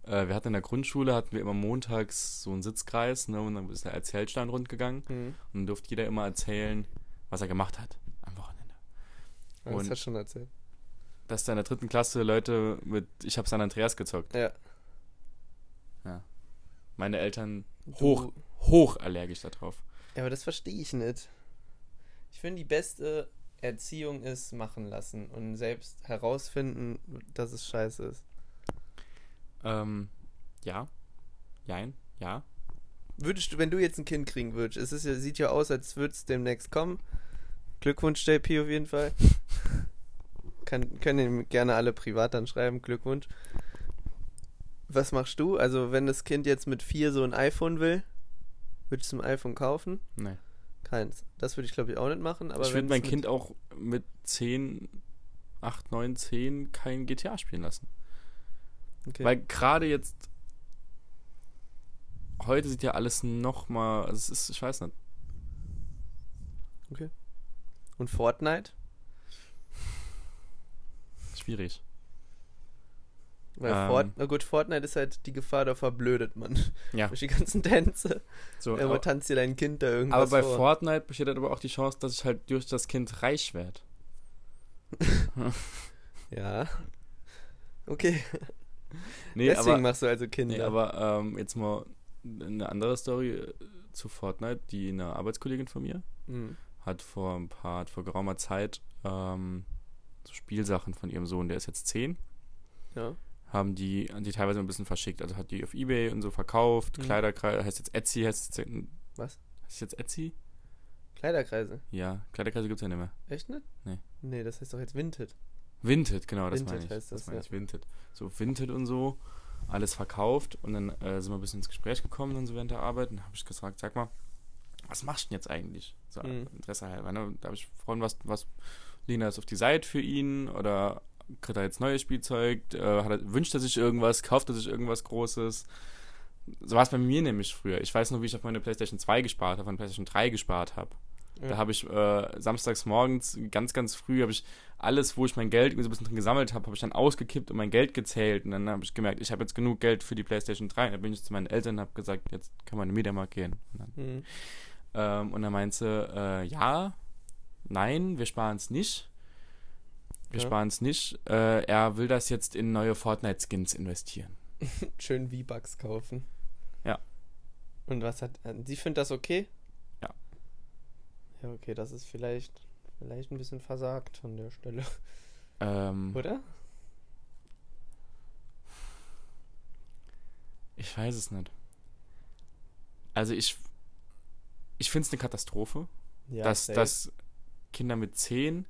äh, wir hatten in der Grundschule, hatten wir immer montags so einen Sitzkreis, ne, und dann ist der Erzählstand rundgegangen Mhm. und dann durfte jeder immer erzählen, was er gemacht hat am Wochenende. Aber Das Und- hat schon erzählt. Dass da in der dritten Klasse Leute mit, ich habe San Andreas gezockt. Ja. Meine Eltern Du- hoch, hoch allergisch darauf. Ja, aber das verstehe ich nicht. Ich finde, die beste Erziehung ist machen lassen und selbst herausfinden, dass es scheiße ist. Ähm, ja, jein, ja. Würdest du, wenn du jetzt ein Kind kriegen würdest, es ist ja, sieht ja aus, als würde es demnächst kommen. Glückwunsch, JP, auf jeden Fall. Kann, können ihm gerne alle privat dann schreiben, Glückwunsch. Was machst du? Also, wenn das Kind jetzt mit vier so ein iPhone will, würdest du ein iPhone kaufen? Nein. Keins. Das würde ich, glaube ich, auch nicht machen. Aber ich würde wenn mein es mit- Kind auch mit 10, 8, 9, 10 kein GTA spielen lassen. Okay. Weil gerade jetzt heute sieht ja alles noch mal, also es ist, ich weiß nicht. Und Fortnite? Schwierig. Weil Ähm. Fort, na gut, Fortnite ist halt die Gefahr, da verblödet man. Ja. Durch die ganzen Tänze. So, aber aber, tanzt dir dein Kind da irgendwas aber bei vor. Fortnite besteht halt aber auch die Chance, dass ich halt durch das Kind reich werde. ja. Okay, Nee, deswegen aber, machst du also Kinder. nee, aber ähm, jetzt mal eine andere Story äh, zu Fortnite, die eine Arbeitskollegin von mir Mhm. hat vor ein paar, hat vor geraumer Zeit ähm, so Spielsachen von ihrem Sohn, der ist jetzt 10, Ja. haben die, haben die teilweise ein bisschen verschickt. Also hat die auf Ebay und so verkauft, Mhm. Kleiderkreis, heißt jetzt Etsy, heißt jetzt, Was? Heißt jetzt Etsy? Kleiderkreise. Ja, Kleiderkreise gibt es ja nicht mehr. Echt nicht? Nee. Nee, das heißt doch jetzt Vinted. Vinted, genau, das Vinted meine ich. heißt das, meine ja. ich, Vinted. So Vinted und so, alles verkauft und dann äh, sind wir ein bisschen ins Gespräch gekommen dann so während der Arbeit und habe ich gesagt, sag mal, was machst du denn jetzt eigentlich? So, Mhm. Interesse halber, ne? Da habe ich Freunde, was, was Lina ist auf die Seite für ihn oder kriegt er jetzt neues Spielzeug, äh, hat er, wünscht er sich irgendwas, kauft er sich irgendwas Großes? So war es bei mir nämlich früher. Ich weiß nur, wie ich auf meine PlayStation 2 gespart habe, auf meine PlayStation 3 gespart habe. Da habe ich äh, samstags morgens ganz, ganz früh habe ich alles, wo ich mein Geld irgendwie so ein bisschen drin gesammelt habe, habe ich dann ausgekippt und mein Geld gezählt. Und dann habe ich gemerkt, ich habe jetzt genug Geld für die PlayStation 3. Und dann bin ich zu meinen Eltern und habe gesagt, jetzt kann man in den Mediamarkt gehen. Und dann, Mhm. ähm, und dann meinte sie, äh, ja, nein, wir sparen es nicht. Wir Ja. sparen es nicht. Äh, er will das jetzt in neue Fortnite-Skins investieren. Schön V-Bucks kaufen. Ja. Und was hat. äh, Sie findet das okay? Ja. Ja, okay, das ist vielleicht, vielleicht ein bisschen versagt an der Stelle. Hm. Ähm, Oder? Ich weiß es nicht. Also ich, ich finde es eine Katastrophe, Ja. dass, safe. dass Kinder mit 10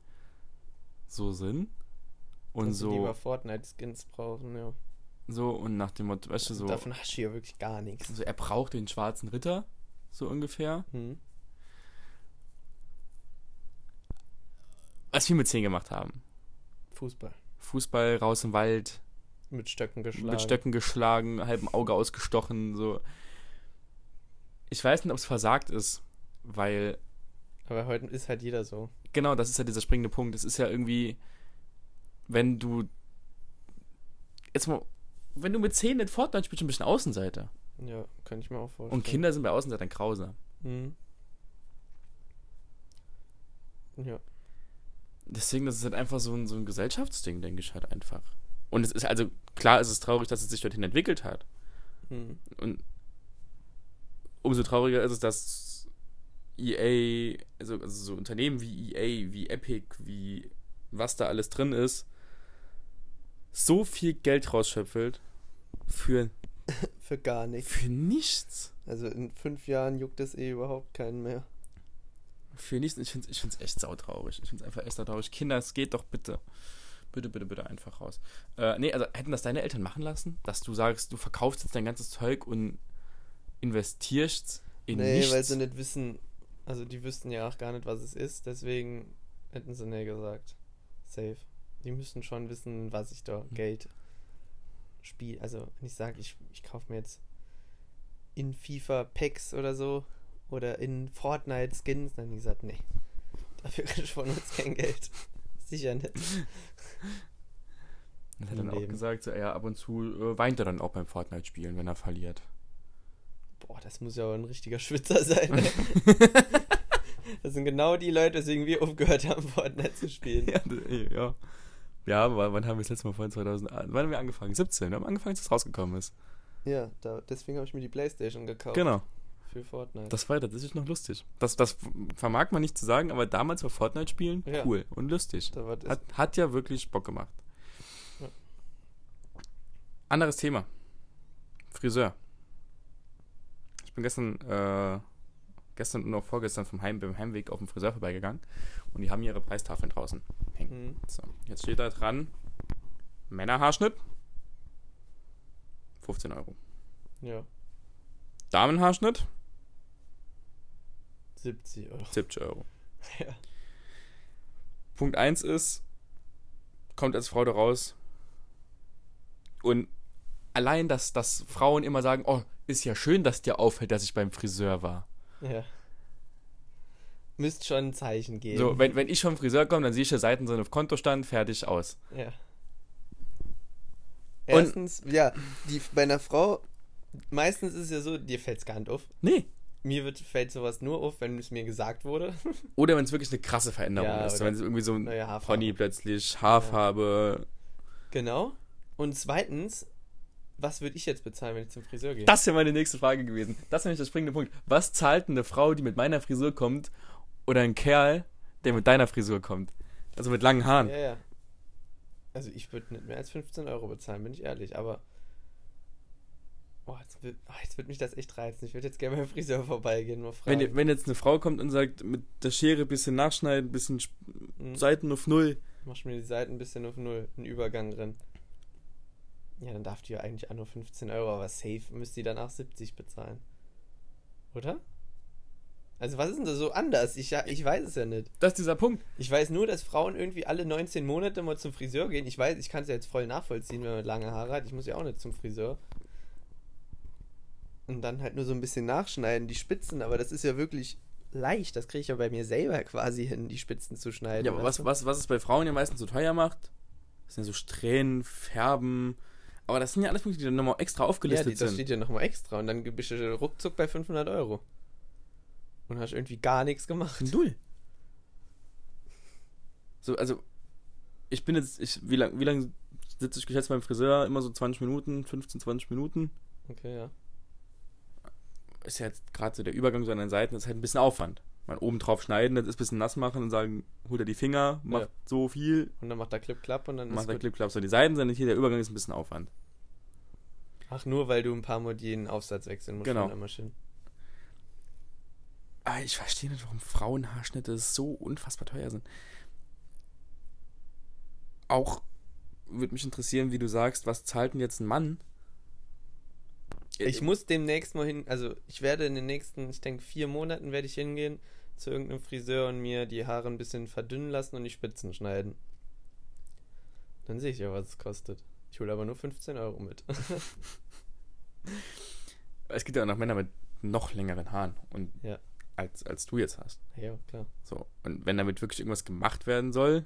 so sind und Dass sie so, lieber Fortnite-Skins brauchen, ja. so und nach dem Motto, weißt du, so, Davon hast du ja wirklich gar nichts. also er braucht den schwarzen Ritter, so ungefähr. Hm. Was wir mit 10 gemacht haben. Fußball. Fußball, raus im Wald, Mit Stöcken geschlagen. mit Stöcken geschlagen, halbem Auge ausgestochen, so. Ich weiß nicht, ob es versagt ist, weil Aber heute ist halt jeder so. genau, das ist ja dieser springende Punkt. Es ist ja irgendwie, wenn du jetzt mal, wenn du mit 10 in Fortnite spielst, du ein bisschen Außenseiter. Ja, könnte ich mir auch vorstellen. Und Kinder sind bei halt Außenseitern grausam. Mhm. Ja. Deswegen, das ist halt einfach so ein, so ein Gesellschaftsding, denke ich halt einfach. Und es ist also, klar ist es traurig, dass es sich dorthin entwickelt hat. Hm. Und umso trauriger ist es, dass EA, also, also so Unternehmen wie EA, wie Epic, wie was da alles drin ist, so viel Geld rausschöpfelt für, Für gar nichts. für nichts. Also in fünf Jahren juckt es eh überhaupt keinen mehr. Für nichts. Ich finde es ich find's echt sautraurig. Ich finde es einfach echt sautraurig. Kinder, es geht doch bitte. Bitte, bitte, bitte einfach raus. Äh, nee, also hätten das deine Eltern machen lassen? Dass du sagst, du verkaufst jetzt dein ganzes Zeug und investierst in nee, nichts? weil sie nicht wissen, also die wüssten ja auch gar nicht, was es ist, deswegen hätten sie nee gesagt. Safe. Die müssen schon wissen, was ich Hm. da Geld spiele. Also wenn ich sage, ich, ich kaufe mir jetzt in FIFA Packs oder so oder in Fortnite Skins, dann haben die gesagt, nee, dafür kriegst du von uns kein Geld. Sicher nicht. Und hat dann im auch Leben. gesagt, so, ja, ab und zu äh, weint er dann auch beim Fortnite-Spielen, wenn er verliert. Boah, das muss ja auch ein richtiger Schwitzer sein. ey. das sind genau die Leute, weswegen wir aufgehört haben, Fortnite zu spielen. ja, d- ja. Ja, aber wann haben wir das letzte Mal vorhin 2000? Wann haben wir angefangen? 17. Wir haben angefangen, als es rausgekommen ist. Ja, da, deswegen habe ich mir die Playstation gekauft. Genau. Für Fortnite. Das war tatsächlich noch lustig. Das, das vermag man nicht zu sagen, aber damals war Fortnite-Spielen Ja. cool und lustig. da war das Hat, hat ja wirklich Bock gemacht. Ja. Anderes Thema. Friseur. Ich bin gestern, äh, gestern und auch vorgestern vom Heim, beim Heimweg auf dem Friseur vorbeigegangen und die haben ihre Preistafeln draußen. Mhm. So, jetzt steht da dran: Männerhaarschnitt 15 Euro. Ja, Damenhaarschnitt 70 Euro. 70 Euro. Ja. Punkt 1 ist, kommt als Frau da raus und allein, dass, dass Frauen immer sagen, oh, ist ja schön, dass dir auffällt, dass ich beim Friseur war. ja. Müsst schon ein Zeichen geben. So, wenn, wenn ich vom Friseur komme, dann sehe ich ja Seiten so auf Kontostand, fertig, aus. ja. Und- Erstens, ja, die, bei einer Frau, meistens ist es ja so, dir fällt es gar nicht auf. Nee. Mir wird, fällt sowas nur auf, wenn es mir gesagt wurde. Oder wenn es wirklich eine krasse Veränderung Ja, ist, oder wenn es irgendwie so ein neue Haarfarbe. Pony plötzlich, Haarfarbe. genau. Und zweitens, was würde ich jetzt bezahlen, wenn ich zum Friseur gehe? Das wäre meine nächste Frage gewesen. Das ist nämlich der springende Punkt. Was zahlt denn eine Frau, die mit meiner Frisur kommt, oder ein Kerl, der mit deiner Frisur kommt? Also mit langen Haaren. Ja, ja. Also ich würde nicht mehr als 15 Euro bezahlen, bin ich ehrlich, aber. Boah, jetzt wird, ah, jetzt wird mich das echt reizen. Ich würde jetzt gerne beim Friseur vorbeigehen, nur fragen. Wenn, ihr- wenn jetzt eine Frau kommt und sagt, mit der Schere bisschen nachschneiden, bisschen Sp- Mhm. Seiten auf Null. Machst mir die Seiten ein bisschen auf Null, einen Übergang drin. Ja, dann darf die ja eigentlich auch nur 15 Euro, aber safe müsst die danach 70 bezahlen. Oder? Also was ist denn da so anders? Ich, ja- ich weiß es ja nicht. Das ist dieser Punkt. Ich weiß nur, dass Frauen irgendwie alle 19 Monate mal zum Friseur gehen. Ich weiß, ich kann es ja jetzt voll nachvollziehen, wenn man lange Haare hat. Ich muss ja auch nicht zum Friseur. Und dann halt nur so ein bisschen nachschneiden, die Spitzen, aber das ist ja wirklich leicht. Das kriege ich ja bei mir selber quasi hin, die Spitzen zu schneiden. Ja, aber weißt was, was, was es bei Frauen ja meistens so teuer macht, das sind ja so Strähnen, Färben. Aber das sind ja alles Punkte, die dann nochmal extra du? Ja, aufgelistet die, das sind. steht ja nochmal extra und dann bist du ruckzuck bei 500 Euro. Und hast irgendwie gar nichts gemacht. Null. So, also, ich bin jetzt, ich, wie lange wie lang sitze ich geschätzt beim Friseur? Immer so 20 Minuten, 15, 20 Minuten. Okay, ja. Ist ja jetzt gerade so der Übergang so an den Seiten, das ist halt ein bisschen Aufwand. Mal oben drauf schneiden, das ist ein bisschen nass machen und sagen, holt er die Finger, macht Ja. so viel, Und dann macht er Clip-Klapp und dann macht er ist gut. Clip-Clap so die Seiten, sondern hier der Übergang ist ein bisschen Aufwand. Ach, nur weil du ein paar Mal jeden Aufsatz wechseln musst Genau. von der Maschine. Aber Ah, ich verstehe nicht, warum Frauenhaarschnitte so unfassbar teuer sind. Auch würde mich interessieren, wie du sagst, was zahlt denn jetzt ein Mann? Ich muss demnächst mal hin, also ich werde in den nächsten, ich denke, vier Monaten werde ich hingehen zu irgendeinem Friseur und mir die Haare ein bisschen verdünnen lassen und die Spitzen schneiden. Dann sehe ich ja, was es kostet. Ich hole aber nur 15 Euro mit. es gibt ja auch noch Männer mit noch längeren Haaren und Ja. als, als du jetzt hast. ja, klar. So. Und wenn damit wirklich irgendwas gemacht werden soll.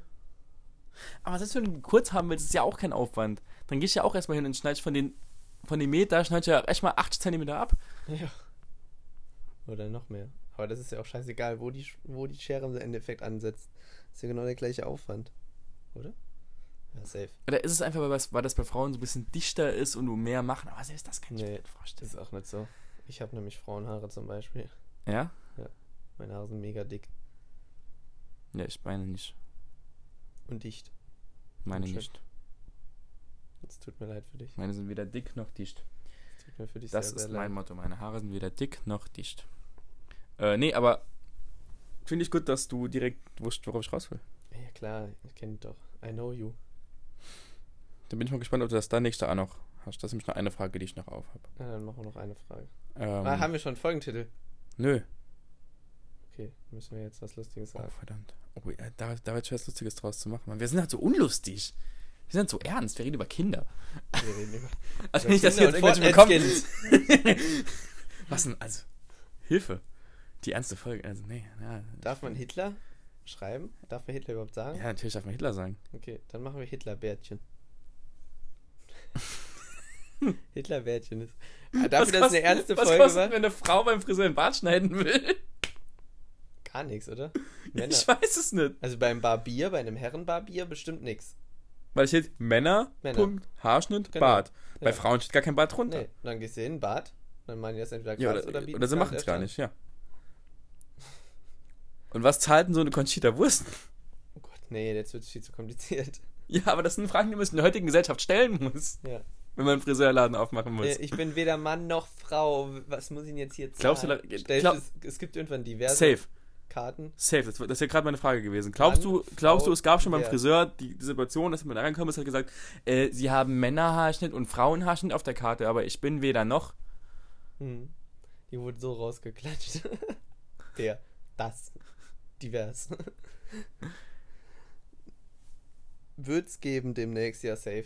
Aber selbst wenn du kurz haben willst, ist ja auch kein Aufwand. Dann gehst du ja auch erstmal hin und schneidest von den, von den Meter, schneidest ja erstmal 80 Zentimeter ab. Ja. Oder noch mehr. Aber das ist ja auch scheißegal, wo die, Sch- wo die Schere im Endeffekt ansetzt. Ist ja genau der gleiche Aufwand. Oder? Ja, safe. Oder ist es einfach, weil, was- weil das bei Frauen so ein bisschen dichter ist und du mehr machen? Aber selbst das kann ich mir Nee. nicht vorstellen. Ist auch nicht so. Ich habe nämlich Frauenhaare zum Beispiel. Ja? Meine Haare sind mega dick Ja, ich meine nicht. und dicht. Meine Schön. nicht. Es tut mir leid für dich. Meine sind weder dick noch dicht. Es tut mir für dich Das sehr, ist sehr leid. mein Motto. Meine Haare sind weder dick noch dicht. Äh, nee, aber finde ich gut, dass du direkt wusst, worauf ich raus will. Ja klar, ich kenne doch. I know you. Dann bin ich mal gespannt, ob du das da nächste auch noch hast. Das ist nämlich noch eine Frage, die ich noch auf habe. Na, dann machen wir noch eine Frage. Ähm, ah, haben wir schon einen Folgentitel? Nö. Okay, müssen wir jetzt was Lustiges Oh, sagen. verdammt. Oh, ja, da, da wird schon was Lustiges draus zu machen. Mann, wir sind halt so unlustig. Wir sind halt so ernst. Wir reden über Kinder. Wir reden über Also über nicht, dass wir jetzt Kinder und irgendwelche bekommen. Was denn? Also, Hilfe. Die ernste Folge. Also, nee. Ja, Darf man Hitler schreiben? Darf man Hitler überhaupt sagen? Ja, natürlich darf man Hitler sagen. Okay, dann machen wir Hitlerbärtchen. Hitlerbärtchen ist. Ah, dafür, dass es eine ernste was Folge kostet, war? wenn eine Frau beim Friseur einen Bart schneiden will? Gar nichts, oder? Männer. Ich weiß es nicht. Also beim Barbier, bei einem Herrenbarbier bestimmt nichts. Weil hier steht Männer, Männer. Punkt, Haarschnitt, Genau. Bart. Bei Ja. Frauen steht gar kein Bart drunter. Nee, dann gehst du hin, Bad. Dann meinen die das entweder Ja, krass oder, oder, bieten sie an machen der es gar Stange. nicht, ja. Und was zahlt denn so eine Conchita Wurst? Oh Gott, nee, jetzt wird es viel zu kompliziert. Ja, aber das sind Fragen, die man sich in der heutigen Gesellschaft stellen muss, Ja. wenn man einen Friseurladen aufmachen muss. Äh, Ich bin weder Mann noch Frau. Was muss ich denn jetzt hier zahlen? Glaubst du, da- Stellst glaub- du es, es gibt irgendwann diverse Safe, Karten. safe. Das, war- das ist ja gerade meine Frage gewesen. Glaubst Mann, du, glaubst Frau, du, es gab schon beim wer? Friseur die, die Situation, dass jemand reingekommen ist, hat gesagt, äh, sie haben Männerhaarschnitt und Frauenhaarschnitt auf der Karte, aber ich bin weder noch. Hm. Die wurden so rausgeklatscht. Der, das, divers. Wird's geben demnächst, ja, safe.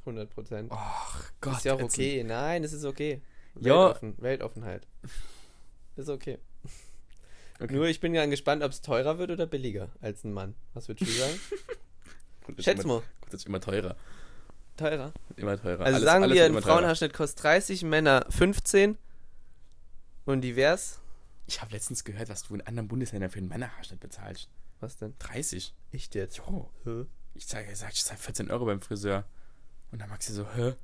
100 Prozent. Ach Oh, Gott. ist ja auch jetzt- okay. Nein, es ist okay. Ja. Weltoffen, Weltoffenheit. Ist okay. Okay. Nur ich bin dann gespannt, ob es teurer wird oder billiger als ein Mann. Was würdest du sagen? Schätz mal. Das ist immer teurer. Teurer. Immer teurer. Also Alles- sagen alles wir, wird ein immer teurer. Frauenhaarschnitt kostet 30, Männer 15 und divers. Ich habe letztens gehört, was du in anderen Bundesländern für einen Männerhaarschnitt bezahlst. Was denn? 30. Ich jetzt. Jo. Hä? Ich sage, ich sag, ich zahle 14 Euro beim Friseur. Und dann Maxi so, hä?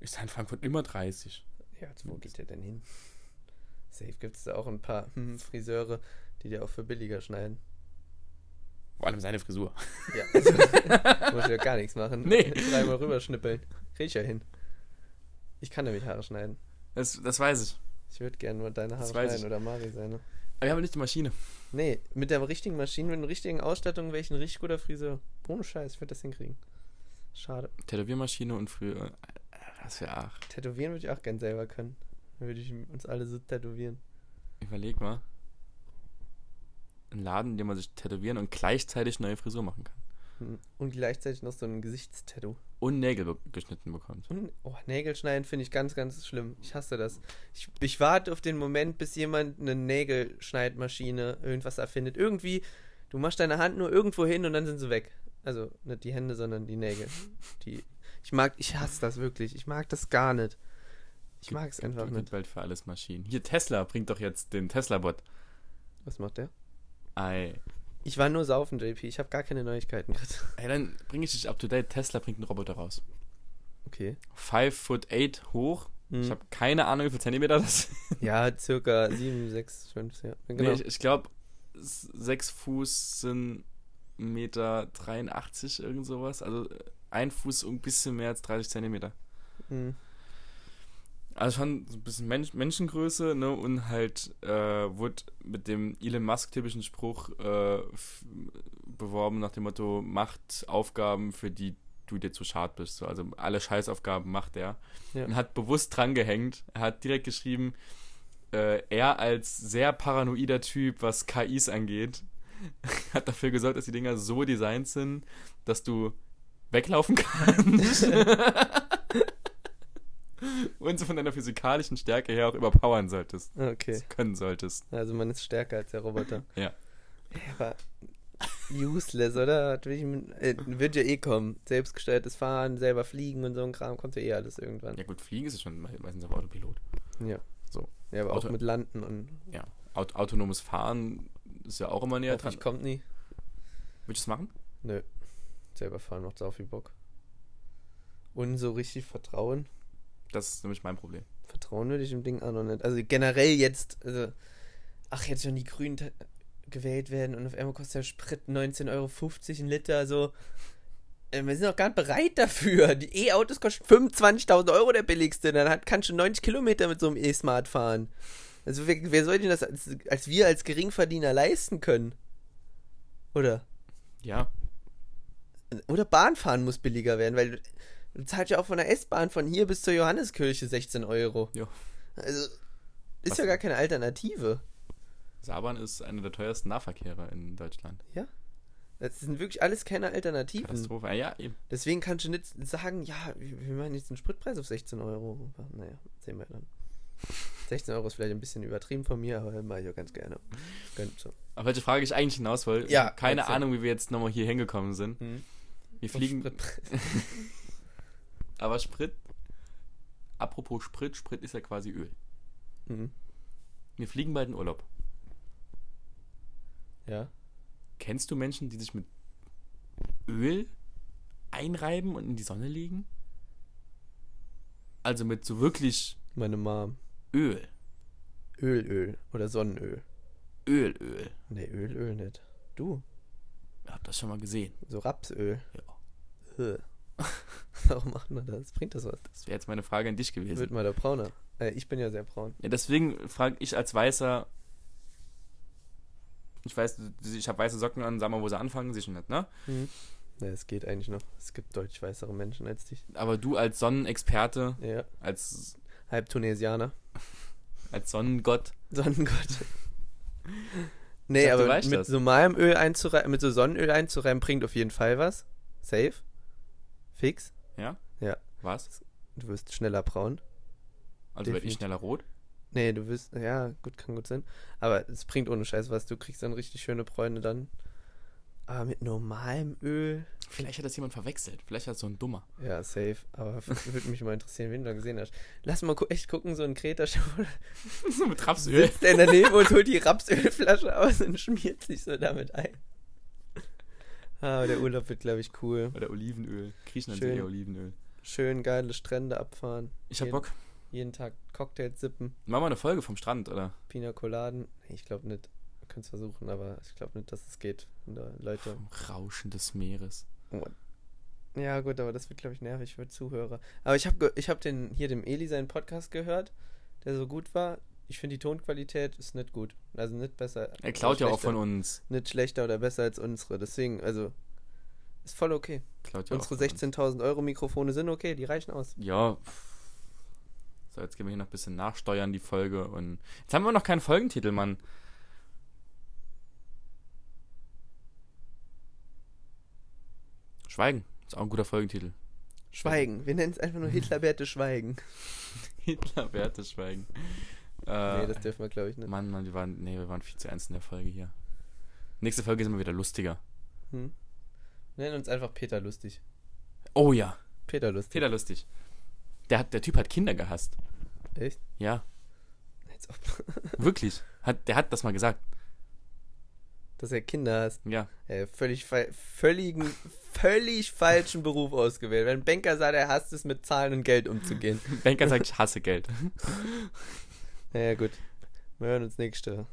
Ich zahle in Frankfurt immer 30. Ja, jetzt wo geht der denn hin? Safe gibt es da auch ein paar hm, Friseure, die dir auch für billiger schneiden. Vor allem seine Frisur. Ja, also, muss ich ja gar nichts machen. Nee. Dreimal rüberschnippeln. Krieg ich ja hin. Ich kann nämlich Haare schneiden. Das, das weiß ich. Ich würde gerne nur deine Haare Das weiß schneiden ich. oder Mari seine. Aber wir haben nicht die Maschine. Nee, mit der richtigen Maschine, mit der richtigen Ausstattung wäre ich ein richtig guter Friseur. Ohne Scheiß, ich würde das hinkriegen. Schade. Tätowiermaschine und früher. Was für ach. Tätowieren würde ich auch gern selber können. Dann würde ich uns alle so tätowieren. Überleg mal. Ein Laden, in dem Hm. man sich tätowieren und gleichzeitig neue Frisur machen kann. Und gleichzeitig noch so ein Gesichtstattoo. und Nägel be- geschnitten bekommt. Und, oh, Nägel schneiden finde ich ganz, ganz schlimm. Ich hasse das. Ich, ich warte auf den Moment, bis jemand eine Nägelschneidmaschine irgendwas erfindet. Irgendwie, du machst deine Hand nur irgendwo hin und dann sind sie weg. Also nicht die Hände, sondern die Nägel. Die, ich mag, ich hasse das wirklich. Ich mag das gar nicht. Ich mag es einfach Gibt nicht. bald für alles Maschinen. Hier, Tesla bringt doch jetzt den Tesla-Bot. Was macht der? Ei. Ich war nur saufen, JP. Ich habe gar keine Neuigkeiten. gerade. Ey, dann bringe ich dich up to date. Tesla bringt einen Roboter raus. Okay. 5 foot 8 hoch. Ich Hm. habe keine Ahnung, wie viel Zentimeter das ist. Ja, circa 7, 6, 5, ja. Nee, Genau. ich ich glaube, 6 Fuß sind Meter 83, irgend sowas. Also äh, ein Fuß und ein bisschen mehr als 30 Zentimeter. Hm. Also schon so ein bisschen Mensch, Menschengröße, ne? Und halt äh, wurde mit dem Elon Musk-typischen Spruch äh, f- beworben nach dem Motto, macht Aufgaben, für die du dir zu schad bist. So, also alle Scheißaufgaben macht er. Ja. Und hat bewusst drangehängt. Er hat direkt geschrieben, äh, er als sehr paranoider Typ, was KIs angeht, hat dafür gesorgt, dass die Dinger so designt sind, dass du weglaufen kannst. Und so von deiner physikalischen Stärke her auch überpowern solltest. Okay. Können solltest. Also man ist stärker als der Roboter. Ja. Ja, Aber useless, oder? Das Will ich mit, äh, wird ja eh kommen. Selbstgestelltes Fahren, selber fliegen und so ein Kram kommt ja eh alles irgendwann. Ja gut, fliegen ist es schon me- meistens auf Autopilot. Ja. So. Ja, aber Auto- auch mit Landen und Ja. Aut autonomes Fahren ist ja auch immer näher dran. hoffentlich kommt nie. Willst du es machen? Nö. Selber fahren macht so viel Bock. Und so richtig vertrauen. Das ist nämlich mein Problem. Vertrauen würde ich dem Ding auch noch nicht. Also generell jetzt, also, ach, jetzt schon die Grünen te- gewählt werden und auf einmal kostet der Sprit 19,50 Euro ein Liter, so. Äh, Wir sind auch gar nicht bereit dafür. Die E-Autos kosten 25.000 Euro der billigste. Dann hat, kannst du 90 Kilometer mit so einem E-Smart fahren. Also wer, wer soll denn das als, als wir als Geringverdiener leisten können? Oder? Ja. Oder Bahnfahren muss billiger werden, weil du, du zahlst ja auch von der S-Bahn von hier bis zur Johanneskirche 16 Euro. Ja. Also, ist Was- ja gar keine Alternative. Saban ist einer der teuersten Nahverkehrer in Deutschland. Das sind wirklich alles keine Alternativen. Katastrophe. Ah, Ja, eben. Deswegen kannst du nicht sagen, ja, wir wir machen jetzt einen Spritpreis auf 16 Euro. Aber Naja, sehen wir dann. 16 Euro ist vielleicht ein bisschen übertrieben von mir, aber mache ich auch ganz gerne. Gönnt so. Auf welche Frage ich eigentlich hinaus wollte. Ja, Ich hab Keine erzähl. Ahnung, wie wir jetzt nochmal hier hingekommen sind. Mhm. Wir Auf fliegen. Spritpreis. Aber Sprit. Apropos Sprit, Sprit ist ja quasi Öl. Mhm. Wir fliegen bald in Urlaub. Ja. Kennst du Menschen, die sich mit Öl einreiben und in die Sonne legen? Also mit so wirklich Meine Mom. Öl. Öl, Öl. Oder Sonnenöl. Öl, Öl. Nee, Öl, Öl nicht. Du. Hab das schon mal gesehen. So Rapsöl. Ja. Äh. Warum macht man das? Bringt das was? Das wäre jetzt meine Frage an dich gewesen. Wird mal der Brauner. Äh, ich bin ja sehr braun. Ja, deswegen frage ich als Weißer. Ich weiß, ich habe weiße Socken an, sag mal, wo sie anfangen, sie schon nicht, ne? Nee, es geht eigentlich noch. Es gibt deutlich weißere Menschen als dich. Aber du als Sonnenexperte, Ja. als, Halb Tunesianer. als Sonnengott, Sonnengott. Nee, Ich dachte, du aber weißt mit das. so malem Öl einzureiben, mit so Sonnenöl einzureiben, bringt auf jeden Fall was. Safe. Fix. was? Du wirst schneller braun. Also werde ich Definitiv. schneller rot? Nee, du wirst, ja, gut, kann gut sein. Aber es bringt ohne Scheiß was. Du kriegst dann richtig schöne Bräune dann. Aber mit normalem Öl. Vielleicht hat das jemand verwechselt. Vielleicht hat so ein Dummer. Ja, safe. Aber f- würde mich mal interessieren, wen du da gesehen hast. Lass mal gu echt gucken, so ein Kreter schon. so mit Rapsöl. sitzt in der Nähe und holt die Rapsölflasche aus und schmiert sich so damit ein. Ah, aber der Urlaub wird, glaube ich, cool. Oder Olivenöl. Griechenland Schön. ist eh Olivenöl. Schön geile Strände abfahren. Ich hab Jeden- Bock. Jeden Tag Cocktails sippen, Machen wir eine Folge vom Strand, oder? Pina Coladen. Ich glaube nicht. Wir können es versuchen, aber ich glaube nicht, dass es geht. Und da Leute. Vom Rauschen des Meeres. Ja, gut, aber das wird, glaube ich, nervig für Zuhörer. Aber ich habe ich hab den, hier dem Eli seinen Podcast gehört, der so gut war. Ich finde, die Tonqualität ist nicht gut. Also nicht besser. Er klaut ja auch schlechter. von uns. nicht schlechter oder besser als unsere. Deswegen, also, ist voll okay. Klaut ja auch unsere von uns. 16.000 Euro Mikrofone sind okay, die reichen aus. Ja. So, jetzt gehen wir hier noch ein bisschen nachsteuern, die Folge. Und jetzt haben wir noch keinen Folgentitel, Mann. Schweigen. Ist auch ein guter Folgentitel. Schweigen. Wir nennen es einfach nur Hitlerbärte Schweigen. Hitler Werte schweigen. Äh, Nee, das dürfen wir, glaube ich, nicht. Mann, Mann, wir waren, nee, wir waren viel zu ernst in der Folge hier. Nächste Folge sind wir wieder lustiger. Hm. Wir Nennen uns einfach Peter Lustig. Oh ja, Peter Lustig. Peter lustig. Der, hat, der Typ hat Kinder gehasst. Echt? Ja, Als ob. wirklich. Hat, der hat das mal gesagt. Dass er Kinder hast. Ja. Äh, völlig, fal- völligen, völlig falschen Beruf ausgewählt. Wenn ein Banker sagt, er hasst es, mit Zahlen und Geld umzugehen. Banker sagt, ich hasse Geld. Naja, gut. Wir hören uns nächste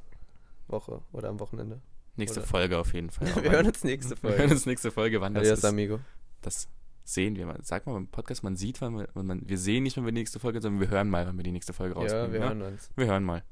Woche oder am Wochenende. Nächste Oder- Folge auf jeden Fall. Wir hören uns nächste Wir hören Folge. uns nächste Folge, wann das Adios, ist. amigo. Das sehen wir mal. Sag mal beim Podcast, man sieht, wann wir, wann man, wir sehen nicht, wann wir die nächste Folge, sondern wir hören mal, wann wir die nächste Folge Ja, rausbringen. wir ne? hören uns. wir hören mal.